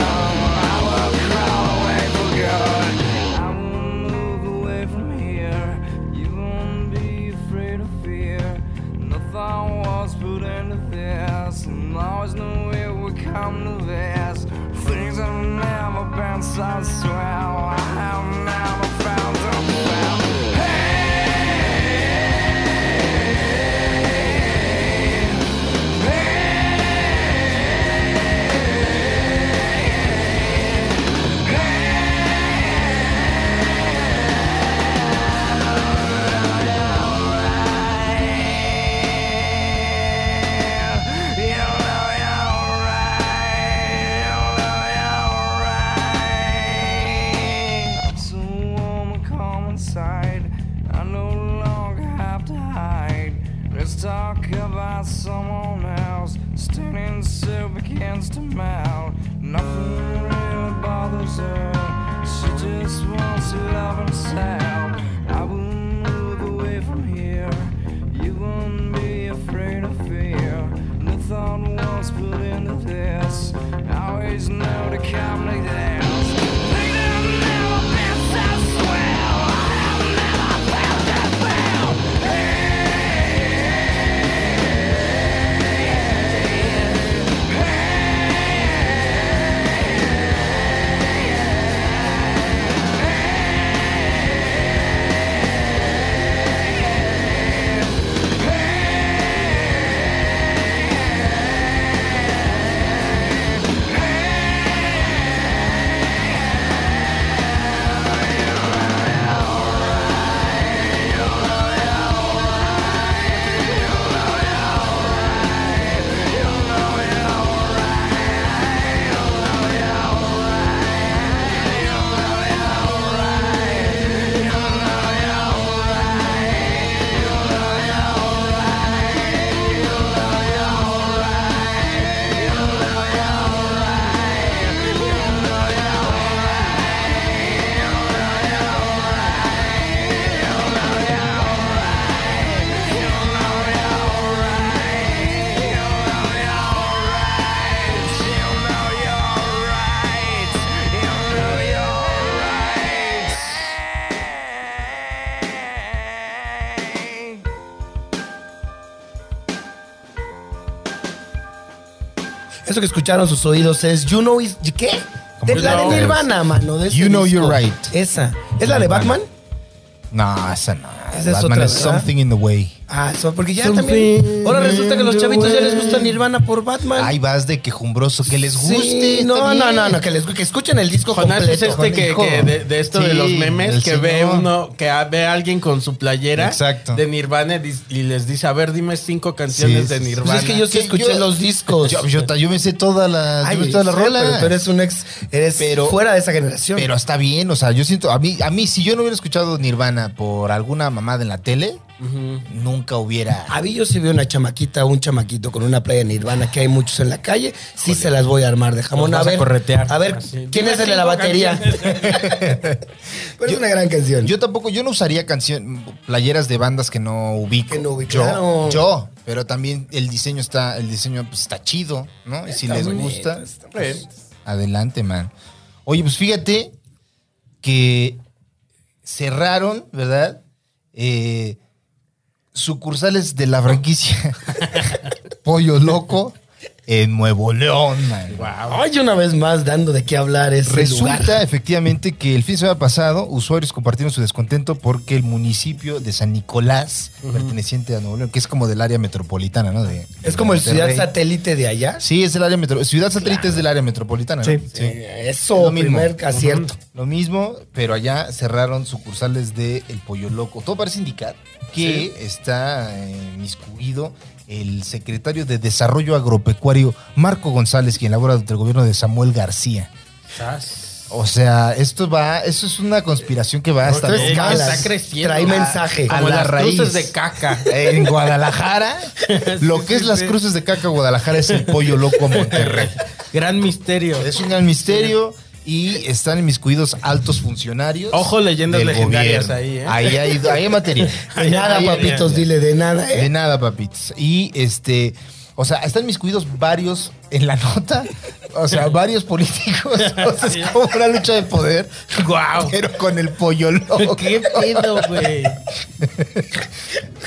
I will crawl away for good. I will move away from here. You won't be afraid of fear. Nothing was put into this. And always knew it would come to this. Things have never been so swell. I have never found a well. You know you're right. You know you're right. I'm so warm and calm inside. I no longer have to hide. Let's talk about someone else. Standing still begins to melt. Nothing really bothers her. She just wants to love herself. I will move away from here. You won't be afraid of fear. The thought was put into this. I always know to come like this. Things have never been so swell. I have never felt that well.
Eso que escucharon sus oídos es You Know Is... ¿Qué? De,
You
la de
Know.
Nirvana, mano. de ese
You Know
disco.
You're Right.
Esa. ¿Es la de Batman?
No, esa no.
Esa es
Batman
otra,
is
¿verdad?
something in the way.
Ah, eso, porque ya también... Ahora resulta que los chavitos ya les gusta Nirvana por Batman.
Ahí vas de quejumbroso, que les
Sí,
guste. está
no,
bien.
no, no, no, que, les, que escuchen el disco
Jonás es
completo.
este que,
hijo.
que de, de esto de
Sí,
los memes
el
que ve
señor.
uno, que a- ve a alguien con su playera
Exacto.
de Nirvana y dis- y les dice, a ver, dime cinco canciones
Sí,
de
sí, sí.
Nirvana.
Pues es que yo sí
Que
escuché
yo-
los discos.
Yo, yo, ta- yo me sé toda la, yo
Ay,
me sé toda la
sí,
rola.
Pero tú eres un ex, eres
Pero-
fuera de esa generación.
Pero está bien, o sea, yo siento, a mí, a mí, si yo no hubiera escuchado Nirvana por alguna mamada en la tele, nunca hubiera.
A mí yo sí veo una chamaquita o un chamaquito con una playa nirvana que hay muchos en la calle. Sí se las voy a armar de jamón.
Los
A
vas a
ver,
corretear.
a
Ah,
ver
Así.
¿quién
Dime
es el de la
cinco
batería? Pero es una gran canción.
Yo tampoco, yo no usaría canción, playeras de bandas que no ubico.
Que no ubico,
Yo,
claro.
yo, pero también el diseño está, el diseño pues, está chido, ¿no? Y si les gusta, pues, adelante, man. Oye, pues fíjate que cerraron, ¿verdad? Eh, sucursales de la franquicia Pollo Loco en Nuevo León, man.
Ay, una vez más dando de qué hablar ese
Resulta
lugar.
efectivamente que el fin de semana pasado usuarios compartieron su descontento porque el municipio de San Nicolás, perteneciente a Nuevo León, que es como del área metropolitana, ¿no? De-
Es
de
como el ciudad
Monterrey.
satélite de allá.
Sí, es el área metro ciudad satélite es del área metropolitana. ¿no? Sí.
Eh,
Es
Eso,
lo mismo.
primer acierto.
Lo mismo, pero allá cerraron sucursales de El Pollo Loco. Todo parece indicar que está eh, inmiscuido el secretario de Desarrollo Agropecuario, Marco González, quien labora durante el gobierno de Samuel García. O sea, esto va, esto es una conspiración que va hasta
Tres
lo más-
escalas.
Está creciendo.
Trae
A-
mensaje.
a
Como
la
las cruces
raíz.
de caca.
En Guadalajara, lo que es las cruces de caca Guadalajara es el pollo loco Monterrey.
Gran misterio.
Es un gran misterio y están inmiscuidos altos funcionarios.
Ojo, leyendas
del
legendarias
gobierno.
ahí, ¿eh?
Ahí hay, ahí hay material.
De nada,
Ahí hay
papitos,
material.
dile, de nada.
De
¿eh?
nada, papitos. Y este. O sea, están inmiscuidos varios en la nota. O sea, varios políticos. O sea, es como una lucha de poder.
Guau.
Pero con el pollo loco.
¿Qué pedo, güey?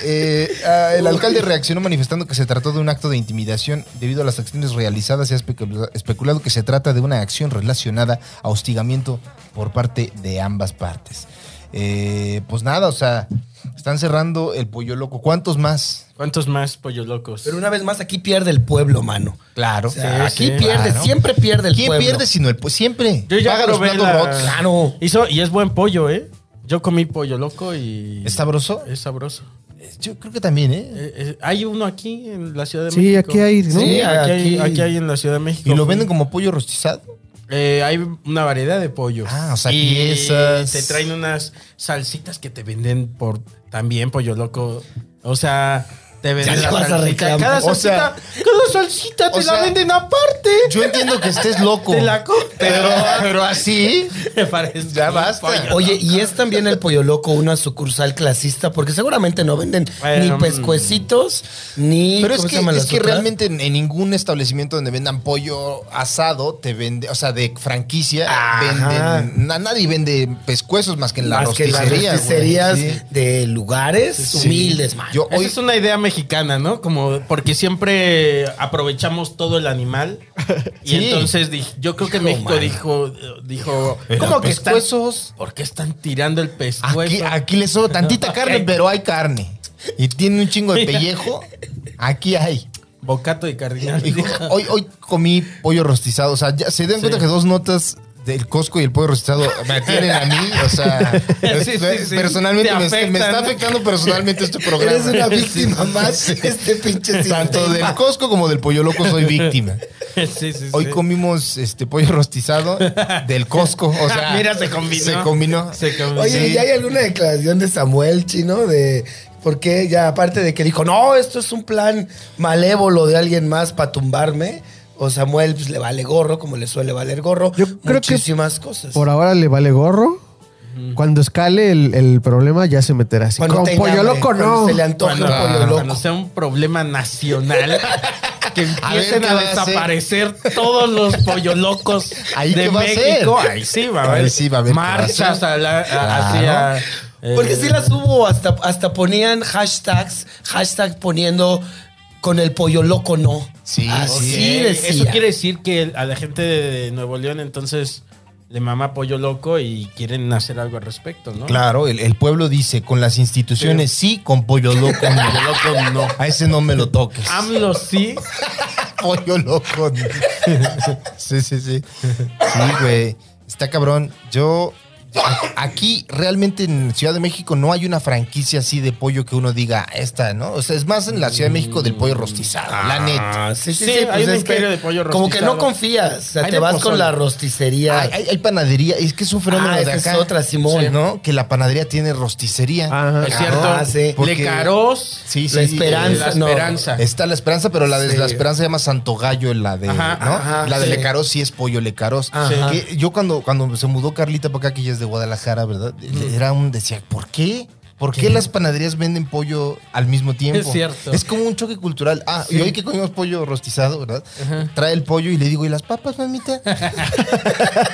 Eh, ah, el alcalde reaccionó manifestando que se trató de un acto de intimidación debido a las acciones realizadas y ha especula- especulado que se trata de una acción relacionada a hostigamiento por parte de ambas partes. Eh, pues nada, o sea, están cerrando el pollo loco. ¿Cuántos más?
¿Cuántos más pollos locos?
Pero una vez más, aquí pierde el pueblo, mano.
Claro.
O sea, aquí
sí,
pierde,
claro.
siempre pierde el
¿Quién
pueblo.
pierde sino el pueblo? Siempre.
Yo ya
Paga los
probé
platos
la-
rotos.
Claro.
Hizo, y es buen pollo, ¿eh? Yo comí pollo loco y.
¿Es sabroso?
Es sabroso.
Yo creo que también, ¿eh?
Eh, eh, hay uno aquí en la Ciudad de
Sí,
México.
aquí hay, ¿no?
Sí, aquí, hay,
Aquí.
aquí hay en la Ciudad de México.
¿Y lo venden como pollo rostizado?
Eh, hay una variedad de pollo.
Ah, o sea,
y
piezas.
Te traen unas salsitas que te venden por también pollo loco. O sea, te
Ya
venden la
le vas a
salsita.
reclamar.
Cada
O
salsita, cada salsita
o
te
sea,
la venden aparte.
Yo entiendo que estés loco.
Te la co-
Pero, pero así,
Me parece.
ya basta.
Oye, y es también el Pollo Loco una sucursal clasista, porque seguramente no venden
Bueno,
ni pescuecitos, ni.
Pero es
¿cómo se
que,
llaman
es
las
que
otras?
realmente en, en ningún establecimiento donde vendan pollo asado te vende, o sea, de franquicia,
Ajá.
venden, na- nadie vende pescuezos más que en la
Más que las
rosticería. güey.
rosticerías
Sí.
de lugares humildes, man.
Yo
Esa
hoy,
es una idea mexicana, ¿no? Como porque siempre aprovechamos todo el animal. Y
Sí.
entonces di- yo creo que
Hijo,
México
mano.
dijo, dijo,
Pero
¿cómo que están?
pescuezos.
¿Por qué están tirando el
aquí,
pescuezo?
aquí le sobra tantita carne, pero hay carne. Y tiene un chingo de pellejo. Aquí hay.
Bocato y cardinal.
Hijo, hoy, hoy comí pollo rostizado. O sea, ya se dieron cuenta que dos notas del Costco y el pollo rostizado me tienen a mí. O sea, es-
Sí, sí, sí.
personalmente
Te
me, me
afectan.
está afectando personalmente este programa.
Eres una víctima más de este pinche
Tanto del
sistema.
Costco como del pollo loco soy víctima.
Sí, sí,
Hoy
sí.
comimos este pollo rostizado del Costco. O sea,
Mira, se combinó.
Se combinó.
Se combinó.
Oye,
Sí.
¿y hay alguna declaración de Samuel Chino de por qué? Ya, aparte de que dijo, no, esto es un plan malévolo de alguien más para tumbarme. O Samuel pues, le vale gorro, como le suele valer gorro.
Yo creo que
muchísimas cosas.
Por ahora le vale gorro. Cuando escale el, el problema ya se meterá así.
Cuando
Con
tenga
pollo
hambre,
loco
cuando
no.
Se le antoja
cuando,
un pollo
cuando
loco.
sea un problema nacional que
A ver,
empiecen
¿qué
a,
va a hacer?
desaparecer todos los pollo locos
Ahí, ¿qué
de
va a hacer?
México. Ahí sí va a haber,
Ahí sí va a haber, ¿qué va a
marchas
hacer?
a la- a-
Claro.
hacia. eh,
Porque sí las hubo, hasta, hasta ponían hashtags, hashtag poniendo con el pollo loco no.
Sí,
Así
Pues sí,
decía.
Eso quiere decir que a la gente de Nuevo León entonces le mama pollo loco y quieren hacer algo al respecto, ¿no?
Claro, el, el pueblo dice con las instituciones sí, con pollo loco no.
Pollo loco no.
A ese no me lo toques.
AMLO sí.
pollo loco. Sí, sí, sí. Sí, güey. Está cabrón. Yo Aquí realmente en Ciudad de México no hay una franquicia así de pollo que uno diga esta, ¿no? O sea, es más en la Ciudad de México del pollo rostizado,
Ah,
la neta.
sí, sí,
pues
hay un
es que
imperio de pollo
Como que no
rostizado.
confías. O sea,
Hay
te
de
vas
pozole.
con la rosticería.
Hay, hay- hay panadería, es que es un fenómeno
Ah,
de
esa es
acá.
otra, Simón.
Sí, ¿no? Que la panadería tiene rosticería.
Ajá.
Es cierto.
Ah, sí.
Porque-
Le caros.
Sí, sí.
eh, La
sí,
Esperanza,
eh, La
no.
esperanza.
Está la esperanza, pero la de la esperanza se llama Santo Gallo, la de,
Ajá,
¿no?
ajá,
la de
sí.
Lecaros sí es pollo Lecaros.
Ajá.
Que yo cuando, cuando se mudó Carlita para acá, que ella es de Guadalajara, ¿verdad?
Mm.
Era un decía, ¿por qué? ¿Por qué las panaderías venden pollo al mismo tiempo?
Es cierto.
Es como un choque cultural. Ah, y hoy que comimos pollo rostizado, ¿verdad? Trae el pollo y le digo, ¿y las papas, mamita?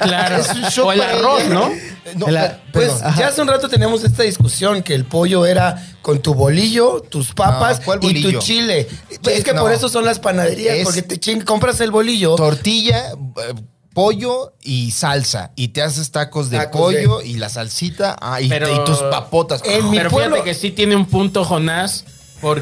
Claro.
Es un shock
o el
para
arroz,
ella.
¿no?
Eh, No,
El a-
pe-
Pues
perdón.
ya hace un rato teníamos esta discusión que el pollo era con tu bolillo, tus papas
No, ¿cuál
y tu
bolillo?
chile.
Pues,
es que
no.
por eso son las panaderías,
Es-
porque te ching compras el bolillo.
tortilla, eh, pollo y salsa. Y te haces tacos de
Tacos
pollo y la salsita ah, y,
Pero-
y tus papotas.
En mi
Pero
pueblo-
fíjate que sí tiene un punto, Jonás,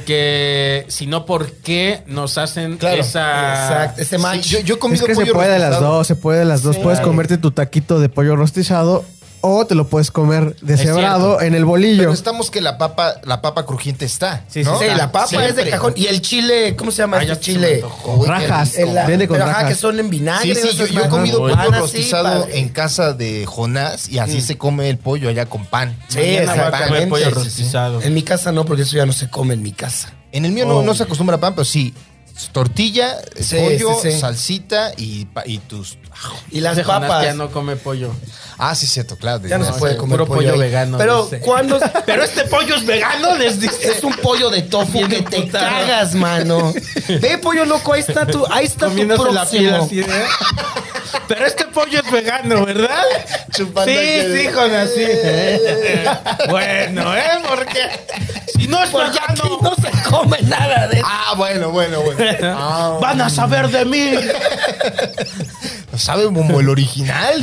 porque si no, ¿por qué nos hacen
Claro.
esa.
Exacto, ese
Sí,
match.
yo, yo he
Es
comido
que se
pollo
puede de las
rostizado.
dos, se puede de las dos. puedes comerte tu taquito de pollo rostizado o te lo puedes comer deshebrado en el bolillo.
Pero estamos que la papa, la papa crujiente está.
Sí, sí,
¿no?
Sí, la papa es de
Siempre.
cajón. Y el chile, ¿cómo se llama
Ah, ya
este
se me
chile?
antojó.
Uy, qué
Rajas.
rico.
El- la-
Viene con
pero, ajá,
rajas.
que son en vinagre.
Sí, sí,
esas
yo, yo he
madres.
comido
Van
pollo
así,
rostizado
padre.
en casa de Jonás y así se come el pollo allá con pan.
Mañana
Sí,
voy a comer
exactamente.
pollo
Sí, sí, sí.
rostizado.
En mi casa no, porque eso ya no se come en mi casa.
En el mío no, no se acostumbra a pan, pero sí. Tortilla,
Sí,
pollo,
sí, sí.
salsita y, pa- y tus.
Y las
Ese Jonás
papas.
ya no come pollo.
Ah, sí, es cierto, claro.
Ya no,
no,
se puede
sí,
comer
puro
pollo,
pollo
ahí.
vegano,
Pero
dice.
cuando
Pero este pollo es vegano, les dice.
es un pollo de tofu
Bien
que te
emputado.
cagas, mano. Ve, pollo loco, ahí está tu, ahí está tu
Comiéndose la piel
próximo.
así, ¿eh? Pero este pollo es vegano, ¿verdad?
Chupando
sí,
aquí.
sí, Jonás, sí. bueno, ¿eh? Porque si no es
Porque aquí
vegano,
no se come nada de
Ah, bueno, bueno, bueno.
van a saber de mí.
Sabe como el original.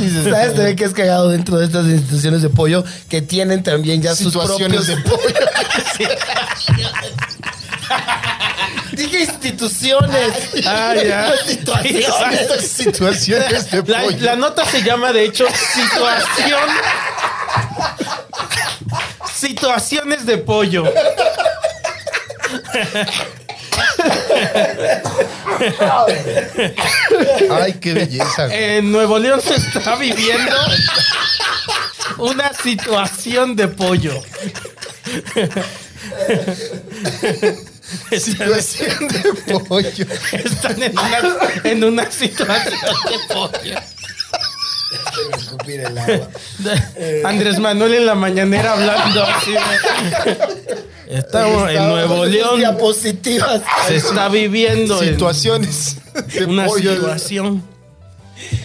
dices,
¿Sabes también Este que es cagado dentro de estas instituciones de pollo que tienen también ya sus
Situaciones
propios...
de pollo.
Dije instituciones.
Ah, ya.
Situaciones.
Estas situaciones de
La,
pollo.
la nota se llama, de hecho, situación. Situaciones de pollo.
Ay, qué belleza. güey.
En Nuevo León se está viviendo una situación de pollo. Están,
Situación de pollo.
están en, una, en una situación de pollo. Andrés Manuel en la mañanera hablando así. de- Estamos en Nuevo León.
Diapositivas.
Se está viviendo en
Situaciones de
una
pollo.
situación.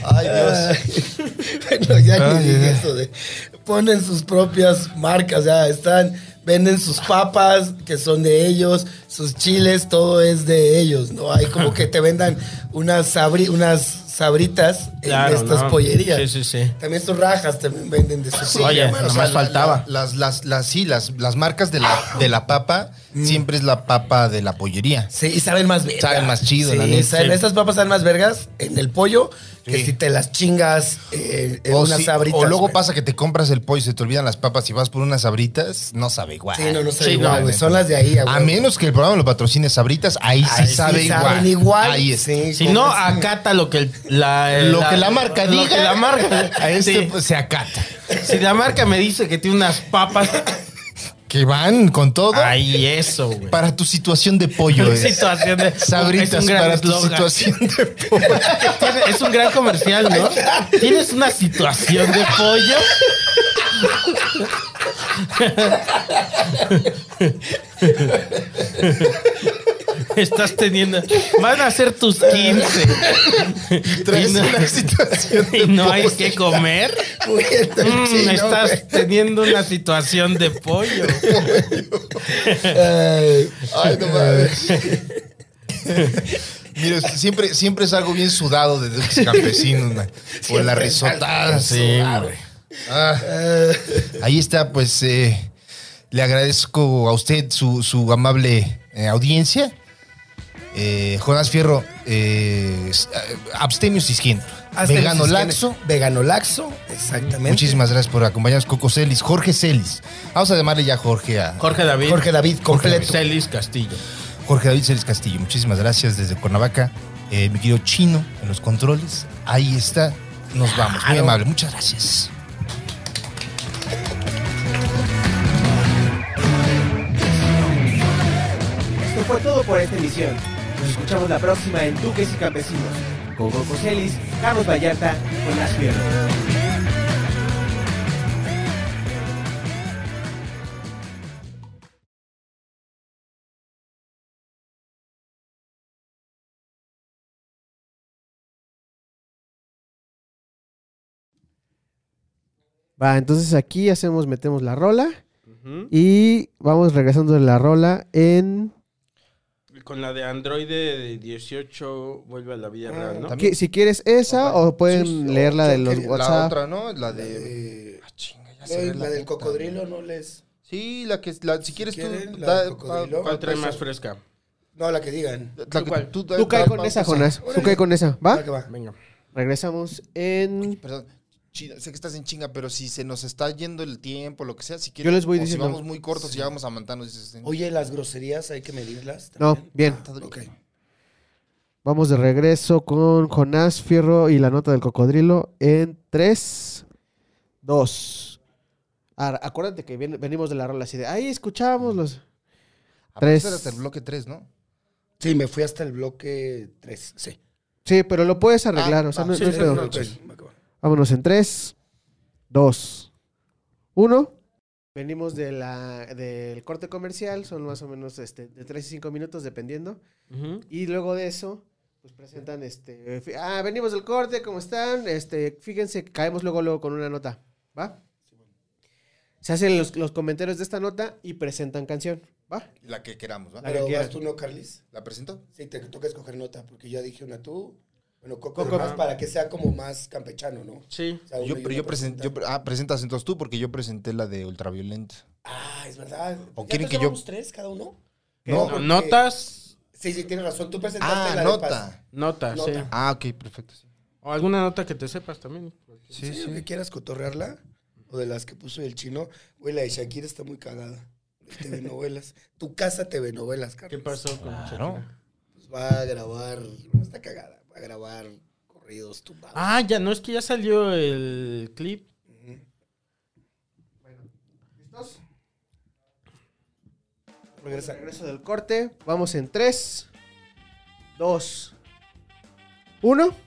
Ay, Dios.
Ah.
Bueno, ya ni dije eso de. Ponen sus propias marcas, ya están. Venden sus papas, que son de ellos, sus chiles, todo es de ellos, ¿no? Hay como que te vendan unas, sabri- unas sabritas en
Claro,
estas
¿no?
pollerías.
Sí, sí, sí.
También sus rajas también venden de sus
Oye,
hermano,
nomás
la- la-
faltaba.
Las, las, las, sí, las, las marcas de la, de la papa
Mm.
siempre es la papa de la pollería.
Sí, y saben más vergas.
Saben más chido, la neta.
saben-
Sí.
Estas papas saben más vergas en el pollo que si te las chingas eh, en
O,
unas
sí,
sabritas.
o luego
güey.
pasa que te compras el pollo y se te olvidan las papas y vas por unas sabritas, no sabe igual.
Sí, no, no sabe
Sí,
igual,
no,
güey.
neta.
Son las de ahí, güey.
A menos que el programa lo patrocine Sabritas, ahí sí
Ahí sí
sabe
saben
igual.
igual.
Ahí está.
Sí,
Si
con
no, ah,
razón.
acata lo que el- la,
Lo que la marca diga.
Lo que la marca.
A este
Sí.
pues, se acata.
Si la marca me dice que tiene unas papas,
Que van con todo
ahí eso, güey.
para tu situación de pollo.
Una
eh.
situación de-
Sabritas
es un gran
para tu
eslogan.
situación de pollo.
Tiene- Es un gran comercial, ¿no? Tienes una situación de pollo. Estás teniendo. Van a ser tus 15.
Traes
Y no-
una situación de
Y no hay
pollo.
que comer.
Muy bien,
Mm,
sí, ¿no,
estás
güey?
teniendo una situación de pollo.
Ay,
Ay, no mames. Mira, siempre, siempre es algo bien sudado de los campesinos, man. O la
Siempre es algo
risotada.
bien
Sí,
sudado.
güey. Ah. Ahí está, pues eh, le agradezco a usted su, su amable eh, audiencia. Eh, Jonás Fierro, eh, s- eh, abstemio cisgénero.
Hasta
Vegano
mis esquemas.
laxo.
Vegano laxo, exactamente.
Muchísimas gracias por acompañarnos, Coco Celis. Jorge Celis. Vamos a llamarle ya Jorge a
Jorge David.
Jorge David, completo.
Celis Castillo.
Jorge David Celis Castillo. Muchísimas gracias desde Cuernavaca. Eh, mi querido Chino en los controles. Ahí está. Nos vamos. Muy amable. Muchas gracias.
Esto fue todo por esta emisión. Nos escuchamos la próxima en Duques y Campesinos, con Coco Celis, Carlos Vallarta y Jonás Fierro.
Va, entonces aquí hacemos, metemos la rola y vamos regresando de la rola en...
Con la de Android de 18 vuelve a la vida real,
Ah,
¿no?
También.
que- si quieres esa o pueden leerla de los
La
WhatsApp.
otra, ¿no? La de.
Eh,
Ah, chinga, ya se
eh,
ve
la del
neta.
cocodrilo no les.
Sí, la que. La, si quieres tú.
quieren, la
da-
del cocodrilo.
¿Cuál trae más fresca?
No, la que digan.
La que
¿Cuál?
tú,
Tú cae
da-
con
da-
esa, Jonás. Tú
Órale.
cae con esa,
La
¿va?
que va.
Venga.
Regresamos en...
Perdón. Chino, sé que estás en chinga, pero si se nos está yendo el tiempo, lo que sea, si quieres.
Yo les voy
o
diciendo.
Si vamos muy cortos, si vamos a mantarnos. dices,
Oye, las groserías hay que medirlas.
No,
también.
bien.
Ok.
Vamos de regreso con Jonás Fierro y la nota del cocodrilo en 3, 2. Acuérdate que viene- venimos de la rola así de ahí escuchábamos los.
Tres.
Tres.
hasta el bloque 3, ¿no?
Sí, me fui hasta el bloque 3. Sí.
Sí, pero lo puedes arreglar,
Ah,
o sea,
ah,
no,
sí,
no hay
sí,
pedo.
no,
Ok, va que va.
Vámonos en 3, 2, 1. Venimos de la, del corte comercial, son más o menos este, de 3 y 5 minutos, dependiendo. Y luego de eso, pues presentan este. eh, fi- Ah, venimos del corte, ¿cómo están? Este, fíjense, que caemos luego, luego con una nota, ¿va? Se hacen los, los comentarios de esta nota y presentan canción, ¿va?
La que queramos, ¿va?
La
Pero
que
vas
quieras.
tú, ¿no, Carlis?
¿La presento?
Sí, te toca escoger nota, porque yo dije una tú. Bueno, Coco,
Coco.
más para que sea como más campechano, ¿no?
Sí.
O sea, uno
Yo,
y
pero
uno
yo presenté.
presenta.
ah, presentas entonces tú, porque yo presenté la de Ultraviolenta.
Ah, es verdad.
¿O
¿Ya
quieren
nos
que yo-
llevamos tres cada uno?
No,
porque-
¿Notas?
Sí, sí, tienes razón. Tú presentaste
Ah,
la de Paz.
nota.
Notas,
Nota.
sí.
Ah, ok, perfecto. Sí,
O alguna nota que te sepas también.
sí.
Sí, que quieras cotorrearla. O de las que puso el chino. Güey, la de Shakira está muy cagada. De TV novelas. Tu casa TV novelas, Carlos.
¿Qué pasó con
Claro.
Shakira?
Pues va a grabar. No está cagada. Va a grabar corridos tumbados.
Ah, ya no, es que ya salió el clip.
Ujú. Regresa.
Regreso del corte, vamos en 3, 2, 1.